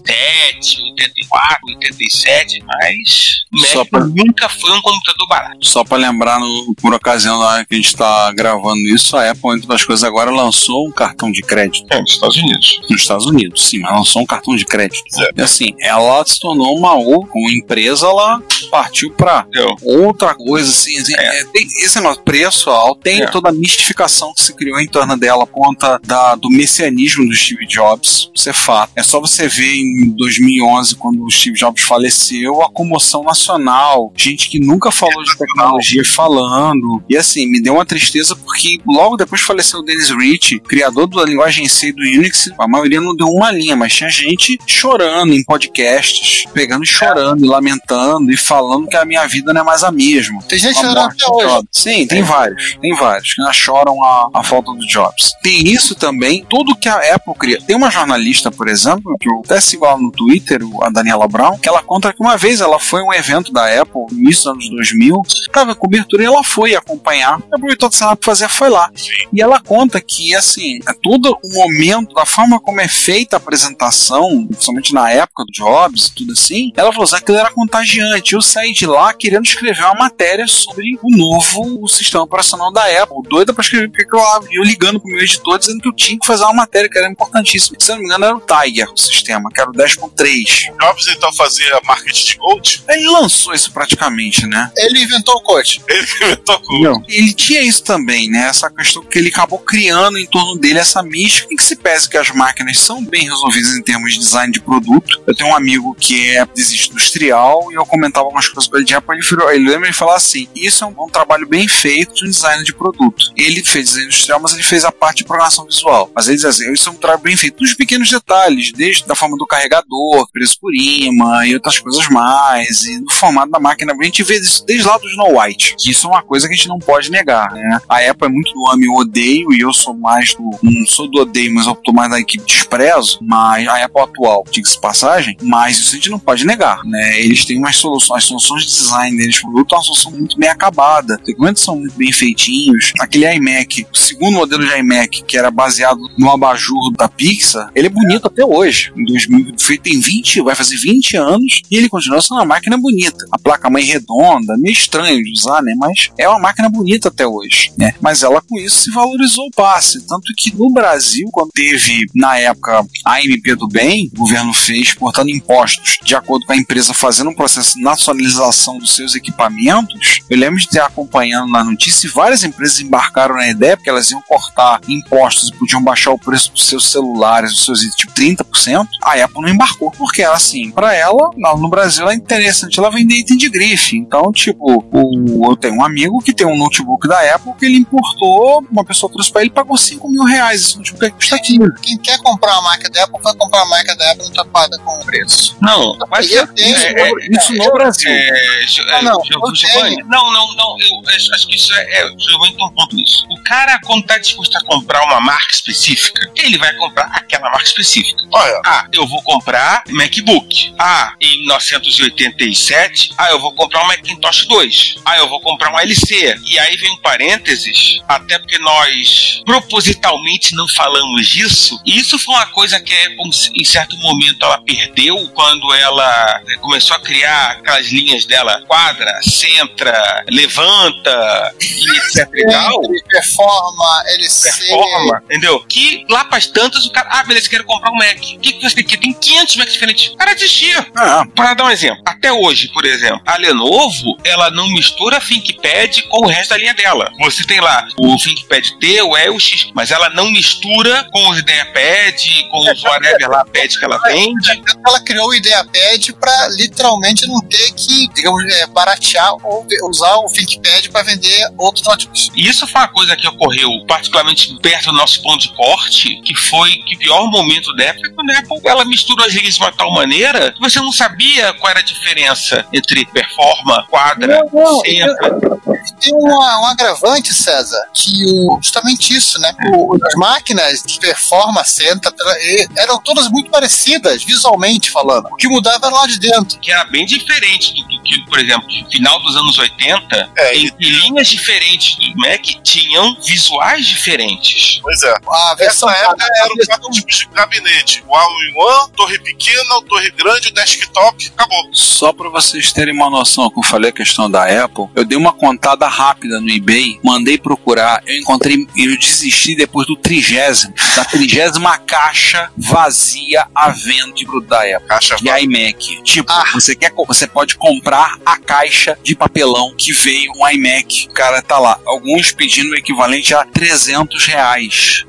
97, 84, 87, mas o Só Mac pra- nunca foi um computador barato. Só pra lembrar, no, por ocasião da hora que a gente tá gravando isso, a Apple, entre das coisas agora, lançou um cartão de crédito É, nos Estados Unidos. nos Estados Unidos. Sim, mas lançou um cartão de crédito. E assim, ela se tornou uma, ou- uma empresa, ela partiu pra Entendeu? outra coisa, assim, assim, é, tem esse negócio, preço alto, tem É. toda a mistificação que se criou em torno dela, por conta da, do messianismo do Steve Jobs, isso é fato. É só você ver em 2011, quando o Steve Jobs faleceu, a comoção nacional, gente que nunca falou de tecnologia falando, e assim, me deu uma tristeza porque logo depois faleceu o Dennis Rich, criador da linguagem C e do Unix, a maioria não deu uma linha, mas tinha gente chorando em podcasts, pegando e chorando, e lamentando e falando que a minha vida não é mais a mesma. Tem gente Uma chorando morte até hoje. Jobs. Sim, tem vários. Tem vários que ainda choram a, a falta do Jobs. Tem isso também, tudo que a Apple cria. Tem uma jornalista, por exemplo, que eu até sigo ela no Twitter, o- a Daniela Brown, que ela conta que uma vez ela foi a um evento da Apple, no início dos anos 2000, estava cobertura e ela foi acompanhar. aproveitou que a Senap fazia foi lá. E ela conta que, assim, é todo o momento, da forma como é feita a apresentação, principalmente na época do Jobs e tudo assim, ela falou assim, aquilo era contagiante. Eu saí de lá querendo escrever uma matéria sobre o novo sistema operacional da Apple. Doida pra escrever, porque eu, lá- eu ligando pro meu editor dizendo que eu tinha que fazer uma matéria que era importantíssima. Se eu não me engano, era o Tiger, o sistema, que era o 10.3. Jobs então fazia marketing de gold? Ele lançou isso praticamente, né? Ele inventou o coach. Ele <laughs> inventou com Não. Ele tinha isso também, né? Essa questão que ele acabou criando em torno dele essa mística. Em que se pese que as máquinas são bem resolvidas em termos de design de produto. Eu tenho um amigo que é design industrial e eu comentava umas coisas com ele de Apple. Ele, virou- ele lembra de falar assim: Isso é um, um trabalho bem feito de um design de produto. Ele fez design industrial, mas ele fez a parte de programação visual. Mas ele diz assim: Isso é um trabalho bem feito dos pequenos detalhes, desde da forma do carregador, preso por imã e outras coisas mais, e do formato da máquina. A gente vê isso desde lá do Snow White, que isso é uma coisa que a gente não pode negar, né? A Apple é muito do ame e odeio, e eu sou mais do. Não sou do odeio, mas eu tô mais da equipe desprezo, mas a Apple atual, diga-se de passagem, mas isso a gente não pode negar, né? Eles têm umas soluções, as soluções de design deles pro produto é uma solução muito bem acabada, os segmentos são muito bem feitinhos. Aquele iMac, o segundo modelo de iMac, que era baseado no abajur da Pixar, ele é bonito até hoje. Em 2000, feito em 20, vai fazer 20 anos, e ele continua sendo uma máquina bonita. A placa-mãe redonda, meio estranho de usar, né? Mas é uma máquina bonita até hoje, né? Mas ela com isso se valorizou o passe. Tanto que no Brasil, quando teve, na época, a MP do Bem, o governo fez portando impostos de acordo com a empresa fazendo um processo de nacionalização dos seus equipamentos. Eu lembro de ter acompanhando na notícia e várias empresas embarcaram na ideia porque elas iam cortar impostos e podiam baixar o preço dos seus celulares, dos seus itens, tipo 30%. A Apple não embarcou porque era assim, para ela, na- no Brasil é interessante ela vender item de grife. Então, tipo, o, eu tenho um amigo que tem um notebook da Apple que ele importou, uma pessoa trouxe pra ele e pagou 5 mil reais. Esse notebook aí custa 15. Quem quer comprar a marca da Apple vai comprar a marca da Apple tapada com o preço. Não, mas E eu tenho. É, é, Isso no Brasil. É, Gio- é, Não, não, Gio- ok. Giovanni? Não, não, não. Eu acho acho que isso é. é Giovanni tem um ponto nisso. O cara, quando tá disposto a comprar uma marca específica, ele vai comprar aquela marca específica. Olha, Ah, eu vou comprar MacBook. Ah, em 1987, ah, eu vou comprar um Macintosh 2. Ah, eu vou comprar um LC. E aí vem um parênteses, até porque nós propositalmente não falamos disso. E Isso foi uma coisa que a Apple, em certo momento ela perdeu quando ela eh, começou a criar aquelas linhas dela, quadra, centra, levanta e etc e tal Ele performa, ele se. performa, entendeu? Que lá pras tantas o cara, ah, beleza, quero comprar um Mac. O que, que você tem aqui? Tem 500 Macs diferentes. O cara desistia. Ah, Pra dar um exemplo, até hoje, por exemplo, a Lenovo, ela não mistura ThinkPad com o resto da linha dela. Você tem lá o ThinkPad T, o E e o X, mas ela não mistura com os IdeaPad, com os whatever lá, pad que ela vende. Ela criou o IdeaPad pra literalmente não ter que, digamos, é, baratear ou ve- usar o ThinkPad pra vender outros notebooks. E isso foi uma coisa que ocorreu particularmente perto do nosso ponto de corte, que foi que o pior momento da Apple, quando a Apple ela misturou as linhas de uma tal maneira que você não sabia qual era a diferença entre performa, quadra, centro. E tem uma- um agravante, César, que o, justamente isso, né? O- as máquinas de performance Senta, e- eram todas muito parecidas, visualmente falando. O que mudava era lá de dentro. Que era bem diferente do do que, por exemplo, no final dos anos 80, É, em que linhas diferentes do Mac tinham visuais diferentes. pois é. A versão Nessa época eram um quatro tipos tipo de gabinete: o all-in-one, torre pequena, o torre grande, o desktop. Acabou. Só para vocês terem uma noção, como eu falei a questão da Apple, eu dei uma contada rápida no eBay, mandei procurar, eu encontrei, eu desisti depois do trigésimo, da trigésima caixa vazia à venda de produto da Apple, Caixa de iMac. Tipo, você quer, co- você pode comprar a caixa de papelão que veio um iMac, o cara tá lá, alguns pedindo o equivalente a 300 reais.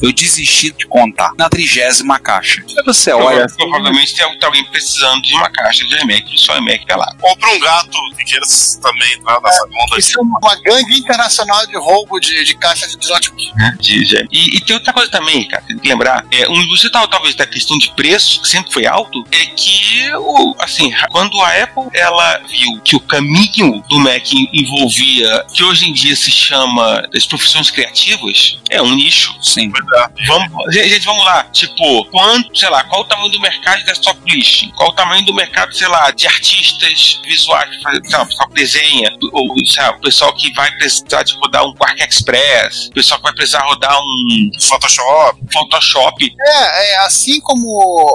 Eu desisti de contar na trigésima caixa. Aí você olha, assim, Prova- Então, Provavelmente tem tem alguém precisando de uma caixa de iMac, só iMac tá lá. Compra um gato que queira também tá? entrar nessa onda. aí. Isso é uma gangue internacional de roubo de, de caixa de notebook. Diz, é. E, e tem outra coisa também, cara, tem que lembrar. É, um dos tal- talvez da questão de preço, que sempre foi alto, é que o, assim, quando a Apple ela viu que o caminho do Mac en- envolvia que hoje em dia se chama das profissões criativas, é um nicho. sim. Pois Vamos, gente, gente, vamos lá. Tipo, quanto, sei lá, qual o tamanho do mercado de desktop list? Qual o tamanho do mercado, sei lá, de artistas visuais, que fazem, sei lá, o pessoal que desenha, ou, ou, sei lá, o pessoal que vai precisar de rodar um Quark Express, o pessoal que vai precisar rodar um Photoshop. Photoshop. É, é assim como.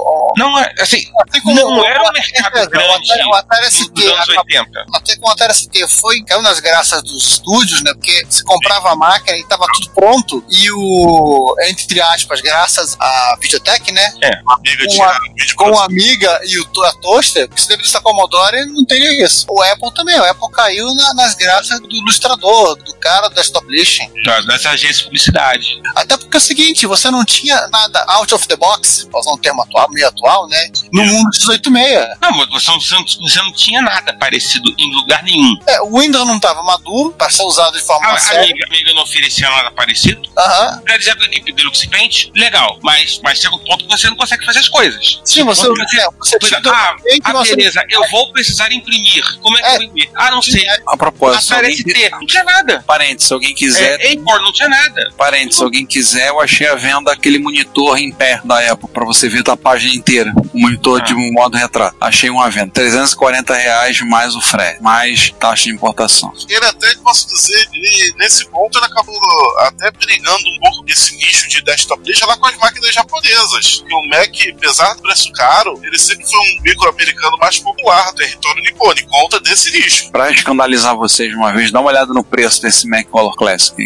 ó, Não é, assim, Assim como não era um mercado o Atari, o grande Atari dos ST anos acabou- 80. até com o Atari ST é foi, caiu nas graças dos estúdios, né? Porque se comprava a máquina e tava tudo pronto. E o, entre aspas, graças à Videotech, né? Amiga, Com tiraram o vídeo Com a Amiga e o, to- a Toaster, se deve estar Commodore, não teria isso. O Apple também, o Apple caiu na- nas graças do ilustrador, do cara do desktop lixing. da- Das agências de publicidade. Até porque é o seguinte, você não tinha nada out of the box, pra usar um termo atual, meio atual, né? No mundo 286. Não, mas você não, você não- você não tinha nada parecido em lugar nenhum. É, o Windows não estava maduro para ser usado de forma A, a séria. amiga, a amiga não oferecia nada parecido. Aham. Quer é dizer que a equipe Deluxe Paint, legal, mas, mas chega um ponto que você não consegue fazer as coisas. Sim, você, Quando você- é, você Pois tinha é, do- ah, tem que ah, você- beleza, eu vou precisar imprimir. Como é que É. eu vou imprimir? Ah, não sei. A A propósito, se série alguém, ST, não tinha nada. parênteses, se alguém quiser, É, Acorn, não tinha nada. parênteses, se alguém quiser, eu achei a venda aquele monitor em pé da Apple pra você ver da página inteira. Um monitor de um modo retrato. Achei uma venda. 340 reais mais o frete, mais taxa de importação. Ele até posso dizer, ele, nesse ponto ele acabou até brigando um pouco desse nicho de desktop deixa lá com as máquinas japonesas. Que o Mac, apesar do preço caro, ele sempre foi um micro americano mais popular do território nipônico, conta desse nicho. <laughs> Pra escandalizar vocês de uma vez, dá uma olhada no preço desse Mac Color Classic.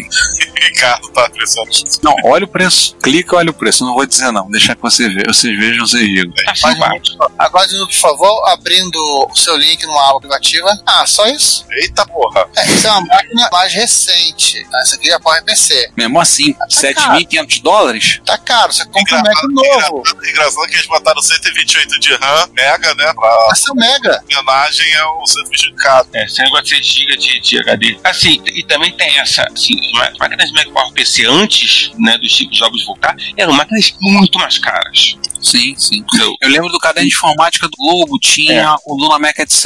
Ricardo tá pensando. Não, olha o preço. Clica, olha o preço. Não vou dizer não. Deixa que você ve- vocês vejam, vocês digam. Tá assim, Página pá. do- Agora, de novo, por favor, abrindo o seu link numa aba privativa. Ah, só isso? Eita porra. É, isso é uma máquina mais recente. Tá? Isso aqui já pode PC. Mesmo assim, 7.500 dólares? Tá caro, você compra um Mega Engraçado, novo. engraçado, engraçado que eles botaram 128 de RAM, mega, né? Pra Essa é o Mega. homenagem ao sanduíche de casa. É, esse negócio de 6 GB de, de HD. Assim, e também tem essa, assim, as máquinas Mac Power PC antes, né, dos tipos de jogos voltar, eram máquinas muito mais caras. Sim, sim. Eu lembro do caderno de informática do Globo, É. tinha o Luna Mac, etc.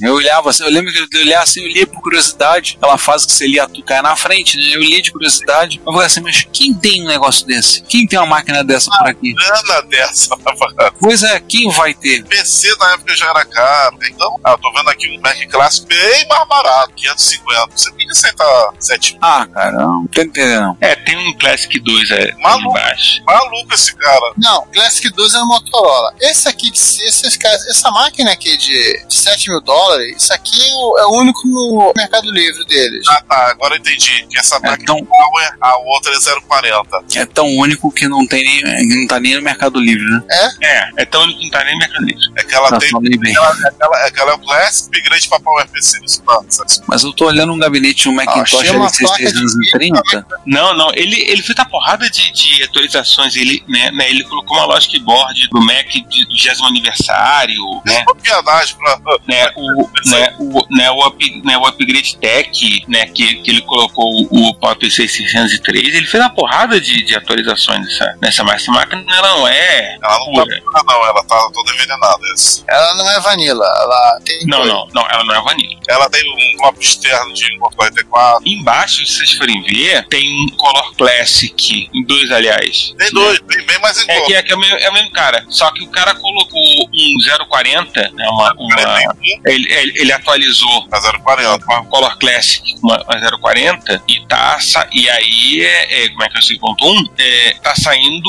Eu olhava assim, eu lembro que eu olhava assim, eu lia por curiosidade. Aquela fase que você lia tudo cair na frente, né? Eu lia de curiosidade. Eu falei assim, mas quem tem um negócio desse? Quem tem uma máquina dessa por aqui? Grana dessa, <laughs> na verdade. Pois é, quem vai ter? PC na época já era caro. Então, ah, tô vendo aqui um Mac clássico bem mais barato, 550. Você tem que aceitar 7 Ah, cara, não tô entendendo. não. É, tem um Classic 2 é, ali Maluco. embaixo. Maluco esse cara. Não, Classic 2 é no Motorola. Esse aqui, de- esse, esse, essa máquina aqui de 7 mil dólares, isso aqui é o, é o único no Mercado Livre deles. Ah, tá, agora eu entendi. Que essa É máquina tão, Power, a outra é 040. é tão único que não, tem nem, não tá nem no Mercado Livre, né? É, é tão único que não tá nem Mercado Livre. É que ela Tá tem. só no eBay. Ela, é que ela é o Classic Upgrade pra Power PC. Isso tá, sabe? Mas eu tô olhando um gabinete um Macintosh Achei uma LCX placa de né? 330. Não, não, ele, ele fez a porrada de, de atualizações, ele, né, né, ele colocou uma logic board do Mac de 20 aniversário, né, Uma piadagem pra. né, o, né, o, né, o, up, né, o Upgrade Tech, né, que, que ele colocou o, o PowerPC 603, ele fez uma porrada de, de atualizações nessa, nessa máquina. Essa máquina ela não é Ela não tá pura. pura, não. Ela tá toda envenenada. essa. Ela não é vanilla, ela tem. Não, não, não, ela não é vanilla. Ela tem um copo externo de 1,44. Embaixo, se vocês forem ver, tem um Color Classic, em dois, aliás. Tem dois, tem bem mais em É que conta. é, que é, o mesmo, é o mesmo cara. Só que o cara colocou um 040, né, uma, uma, ele, ele, ele atualizou A 040. uma Color Classic, uma, uma 040, e tá. sa- E aí, é, é, como é que é o 6.1? É, tá saindo.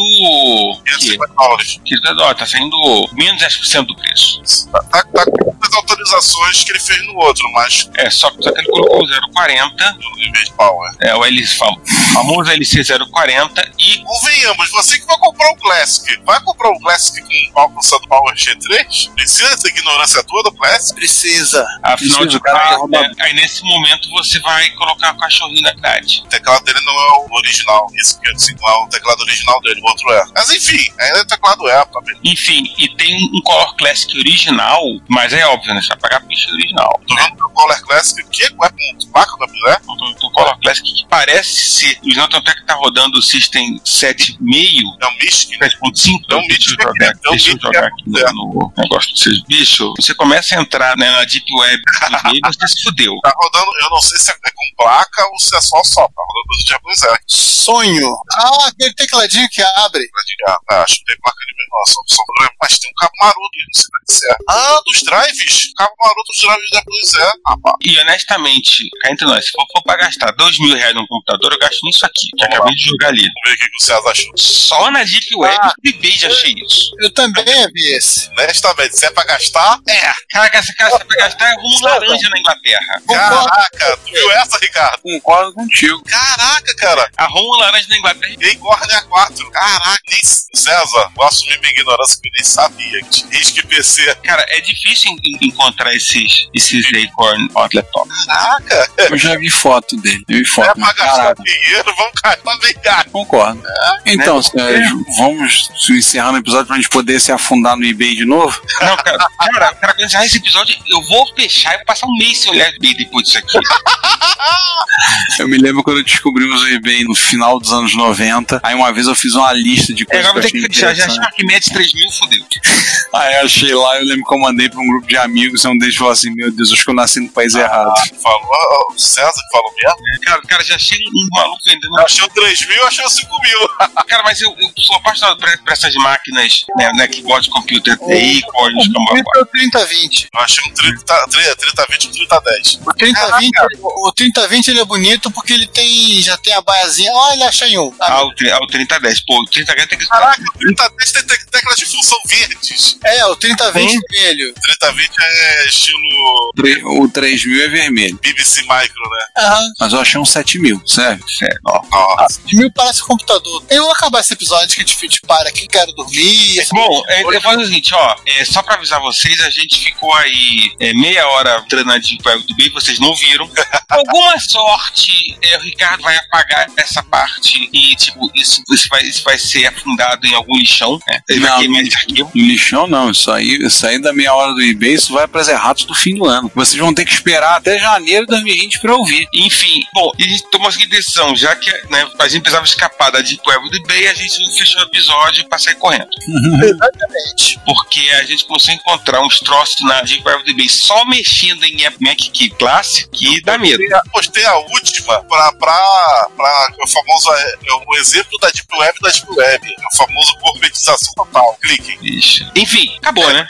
que- 550 é dólares. que tá- ó, tá saindo menos 10% do preço. Tá, tá com as autorizações que ele fez no outro, mas É, só que só que ele colocou o 040, em vez de Power. é, o LC, fam- famoso LC 040, e Convenhamos, você que vai comprar um Classic, vai comprar um Classic com alcançando Power G3? Precisa dessa ignorância toda, Classic? Precisa. afinal Isso, de o cara quer contas, roubar- né, aí nesse momento você vai colocar o cachorrinho na grade. O teclado dele não é o original. Esse que eu disse, não é o teclado original dele, o outro é. Mas enfim, ainda é teclado Apple, tá vendo? Enfim, e tem um Color Classic original, mas é óbvio, né? Você vai pagar a ficha original. Tô vendo que o Color Classic aqui é com placa da mulher? Então, um O Color Classic que parece ser. O Snowtech tá rodando o System 7,5. É um Mystic, né? 7.5? É um Deixa eu mítico, jogar, é um deixa eu mítico, jogar aqui é. no, no negócio de vocês. Bicho, você começa a entrar né, na Deep <laughs> Web dos meios, você se fudeu. Tá rodando, eu não sei se é com placa ou se é só só. Tá rodando coisa de Abu Zé. Sonho. Ah, aquele tecladinho que abre. Ah, tá, acho que tem placa de menor, só, só problema. Mas tem um cabo maroto, não sei o que é. Ah, dos drives? Cabo maroto dos drives da Abu Zé. Ah, pá. E honestamente, cá entre nós, se for, for pra gastar dois mil reais num computador, eu gasto nisso aqui, que eu Vamos acabei de jogar ali. Vamos ver o que que o César achou. Só na Deep Web, Ah. eu bebê já achei isso. Eu também vi esse. Honestamente, se é pra gastar, é. Caraca, essa cara você vai gastar um laranja na Inglaterra. Caraca, tu viu essa, Ricardo? Concordo contigo. Caraca, cara. Arruma um laranja na Inglaterra. Engorda 4. Caraca, nem... César, vou assumir minha ignorância que eu nem sabia. Diz que PC. Cara, é difícil en- encontrar esses, esses Acorn Laptop. Caraca, Eu já vi foto dele. Eu vi é foto. pra mas gastar caralho, dinheiro, vamos gastar bem Concordo. Então, Sérgio, vamos encerrar o episódio pra gente poder se afundar no eBay de novo? Não, cara, cara, cara, quando encerrar esse episódio, eu vou fechar e vou passar um mês sem olhar bem depois disso aqui. Eu me lembro quando descobrimos o eBay no final dos anos 90. Aí uma vez eu fiz uma lista de Eu coisas agora É, que vou eu ter achei que fechar. Já Sharknet interessante. 3000 fodeu. Aí eu achei lá, eu lembro que eu mandei pra um grupo de amigos e um deles falou assim, meu Deus, acho que eu nasci no país errado. Falou, ó, o César que falou mesmo? Cara, cara, já achei um maluco vendendo. Achou 3 mil, achou 5 mil. Cara, mas eu, eu sou apaixonado por, por essas máquinas, né, né, que gosta de computer, TI, cores, blá, blá, O 3020. Eu achei um 30, 30, 30 20, um 30 10. O 3020, o o 3020 ele é bonito porque ele tem já tem a baiazinha. Olha, achei um. Ah, Ao, 3010. Pô, o 3010 tem que... Caraca, o 30 10 tem tec- teclas de função verdes. É, o 3020 vermelho. 30 20 é estilo Tre- O 3000 é vermelho, BBC Micro, né? Aham. mas eu achei um 7000, serve? Nossa. De mil parece o computador. Eu vou acabar esse episódio que a gente para aqui, quero dormir. Bom, é, eu faço o seguinte, ó, é, só pra avisar vocês, a gente ficou aí é, meia hora entrando na Deep Web do bem, vocês não viram. Alguma sorte, é, o Ricardo vai apagar essa parte e, tipo, isso, isso, vai, isso vai ser afundado em algum lixão, né? Ele vai Não. queimar esse arquivo. Lixão não, isso aí, isso aí da meia hora do eBay, isso vai pras erratas do fim do ano. Vocês vão ter que esperar até janeiro de 2020 pra ouvir. Enfim, bom, e a gente tomou a seguinte decisão, já que né, a gente precisava escapar da Deep Web do eBay, a gente fechou o episódio pra sair correndo. Exatamente. porque a gente começou a encontrar uns troços na Deep Web DB só mexendo em App Mac que Classic que dá medo. Eu postei a última pra, pra, pra o famoso é, é um exemplo da Deep Web da Deep Web. É o famoso gourmetização total. Clique. Bicho. Enfim, acabou, né?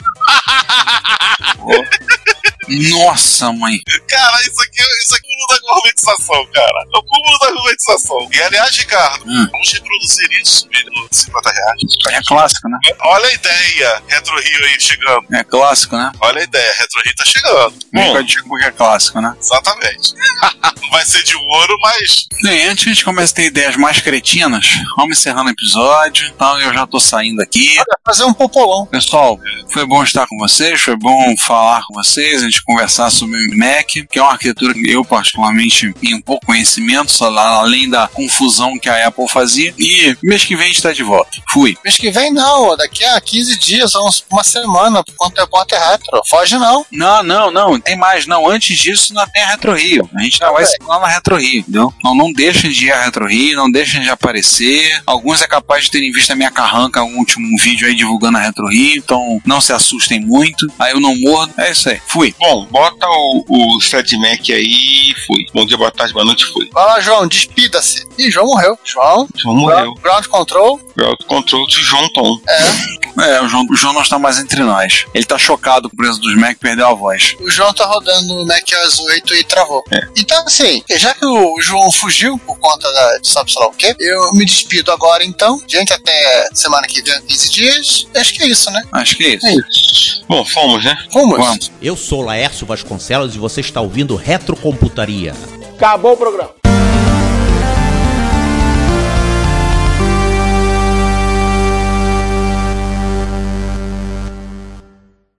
Nossa, mãe. Cara, isso aqui, isso aqui é o cúmulo da gourmetização, cara. É o cúmulo da gourmetização. E aliás, Ricardo, Hum. vamos reproduzir isso no 50 reais. É clássico, né? Olha a ideia, Retro Rio aí chegando. É clássico, né? Olha a ideia, Retro Rio tá chegando. Nunca digo que é clássico, né? Exatamente. <laughs> Não vai ser de ouro, mas Bem, antes que a gente comece a ter ideias mais cretinas, vamos encerrando o episódio. Então eu já tô saindo aqui. Fazer um popolão. Pessoal, foi bom estar com vocês, foi bom falar com vocês, a gente conversar sobre o Mac, que é uma arquitetura que eu particularmente tenho pouco conhecimento, só lá, além da confusão que a Apple fazia. E mês que vem a gente está de volta. Fui. Mês que vem não, daqui a 15 dias, ou uns- uma semana, por conta do repórter é retro. Foge não. Não, não, não, tem mais, não. Antes disso, na tem a Retro Rio. A gente já vai se falar na Retro Rio, entendeu? Não, não deixem de ir à Retro Rio, não deixem de aparecer. Alguns é capaz de terem visto a minha carranca um último vídeo aí divulgando a Retro Rio, então não se assustem muito. Aí eu não mordo. É isso aí. Fui. Bom, bota o, o Fred Mac aí e fui. Bom dia, boa tarde, boa noite, fui. Vai lá, João, despida-se. Ih, João morreu. João, João morreu. ground control. Ground Control de João Tom. É, o João, o João não está mais entre nós. Ele tá chocado com o preço dos Mac, perdeu a voz. O João tá rodando o Mac OS 8 e travou. Então, assim, já que o João fugiu por conta da, de sabe sei lá o quê, eu me despido agora então. Gente, até semana que vem, 15 dias. Acho que é isso, né? Acho que é isso. Bom, fomos, né? Vamos. Vamos. Acabou o programa.